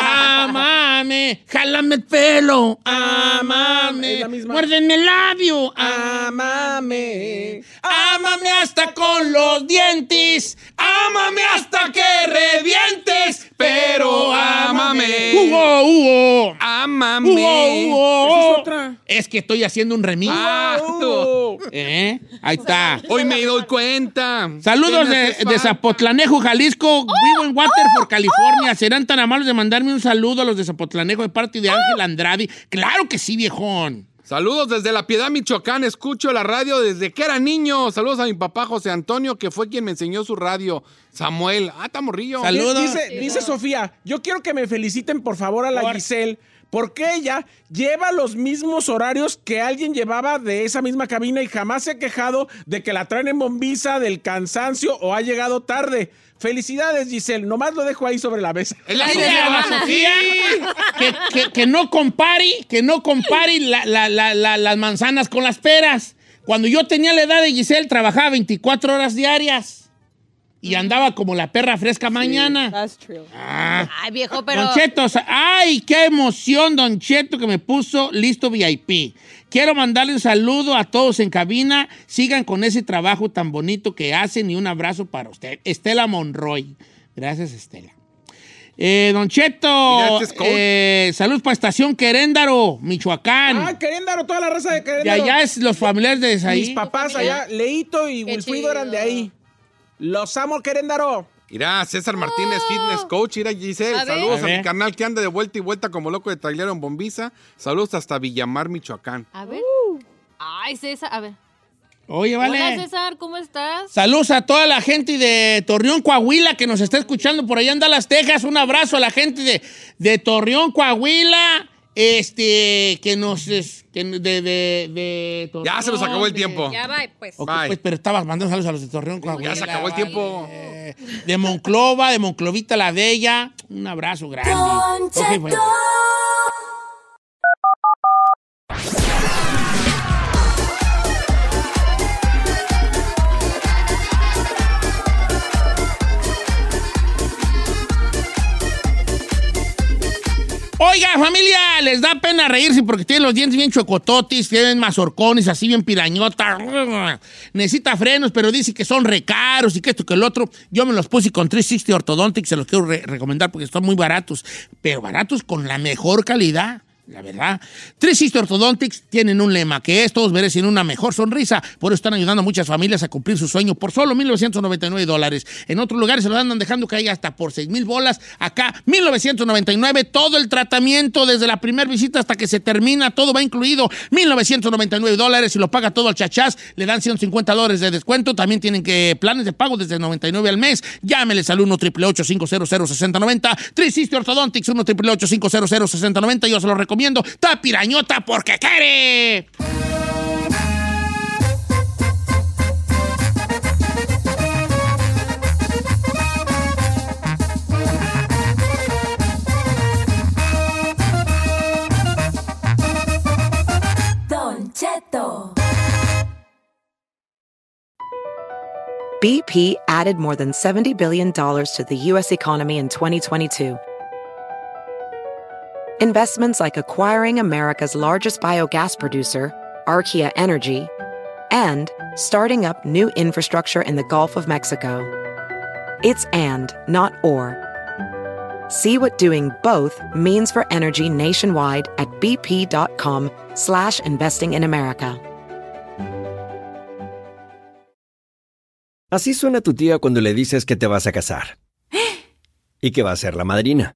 Amame, jálame el pelo. Amame, muérdeme el labio. Ah. Amame, amame hasta con los dientes. Amame hasta que revientes, pero ámame. Hugo, Hugo. Ámame. Hugo, Hugo. Esa Es, que estoy haciendo un remix. Ah, tú. [laughs] ¿Eh? Ahí está. Hoy me doy cuenta. Saludos Que me haces de, de falta. Zapotlanejo, Jalisco. Vivo en Waterford, California. ¿Serán tan amables de mandarme un saludo a los de Zapotlanejo de parte de Ángel Andrade? Claro que sí, viejón. Saludos desde La Piedad, Michoacán. Escucho la radio desde que era niño. Saludos a mi papá José Antonio, que fue quien me enseñó su radio. Samuel. Ah, está morrillo. Saludos. Dice, dice Sofía, yo quiero que me feliciten por favor a la Giselle, porque ella lleva los mismos horarios que alguien llevaba de esa misma cabina y jamás se ha quejado de que la traen en bombiza, del cansancio o ha llegado tarde. Felicidades, Giselle. Nomás lo dejo ahí sobre la mesa. Es la Ay, Sofía. de la Sofía. Que, que- que no compare, que no compare la- la- la- la- las manzanas con las peras. Cuando yo tenía la edad de Giselle, trabajaba 24 horas diarias. Y andaba como la perra fresca mañana. [laughs] That's true. Ah. Ay, viejo, pero... Don Cheto, sa- ay, qué emoción, Don Cheto, que me puso listo VIP. Quiero mandarle un saludo a todos en cabina. Sigan con ese trabajo tan bonito que hacen y un abrazo para usted. Estela Monroy. Gracias, Estela. Eh, don Mira, Cheto, este es coach. eh, saludos para Estación Queréndaro, Michoacán. Ah, Queréndaro, toda la raza de y Queréndaro. allá es los familiares de Mis ahí. papás allá, Leito y Qué Wilfrido chido. eran de ahí. Los amo, Queréndaro. Mira, César Martínez, fitness coach. Mira, Giselle. A ver. Saludos A a, ver. mi canal que anda de vuelta y vuelta como loco de trailero en Bombiza. Saludos hasta Villamar, Michoacán. A ver. Ay, César, a ver. Oye, vale. Hola, César, ¿cómo estás? Saludos a toda la gente de Torreón, Coahuila, que nos está escuchando por allá en Dallas, Texas. Un abrazo a la gente de, de Torreón, Coahuila. Este, que nos. es- que de, de, de Torreón, Ya se nos acabó el de- tiempo. Ya va, pues. Ok, Bye. pues, pero estabas mandando saludos a los de Torreón, Coahuila. Ya se acabó el tiempo. Eh, De Monclova, de Monclovita la Bella. Un abrazo grande. Ok, pues. bueno. Oiga, familia, les da pena reírse porque tienen los dientes bien chocototis, tienen mazorcones así bien pirañotas. Necesita frenos, pero dice que son recaros y que esto que el otro. Yo me los puse con 360 Orthodontic, se los quiero re- recomendar porque están muy baratos, pero baratos con la mejor calidad. La verdad, 360 Orthodontics tienen un lema que es todos merecen una mejor sonrisa. Por eso están ayudando a muchas familias a cumplir su sueño por solo 1.999 dólares. En otros lugares se lo andan dejando caer hasta por 6.000 bolas. Acá, 1.999, todo el tratamiento desde la primera visita hasta que se termina, todo va incluido. 1.999 dólares y lo paga todo al chachás. Le dan 150 dólares de descuento. También tienen que planes de pago desde 99 al mes. Llámeles al 1 888 500 6090 360 Orthodontics 1 888 500 6090 Yo se los recomiendo. Está pirañota porque quiere. Don Cheto. BP added more than $70 billion to the U.S. economy in 2022. Investments like acquiring America's largest biogas producer, Archaea Energy, and starting up new infrastructure in the Gulf of Mexico. It's and, not or. See what doing both means for energy nationwide at bp.com slash investing in America. Así suena tu tía cuando le dices que te vas a casar. Y que va a ser la madrina.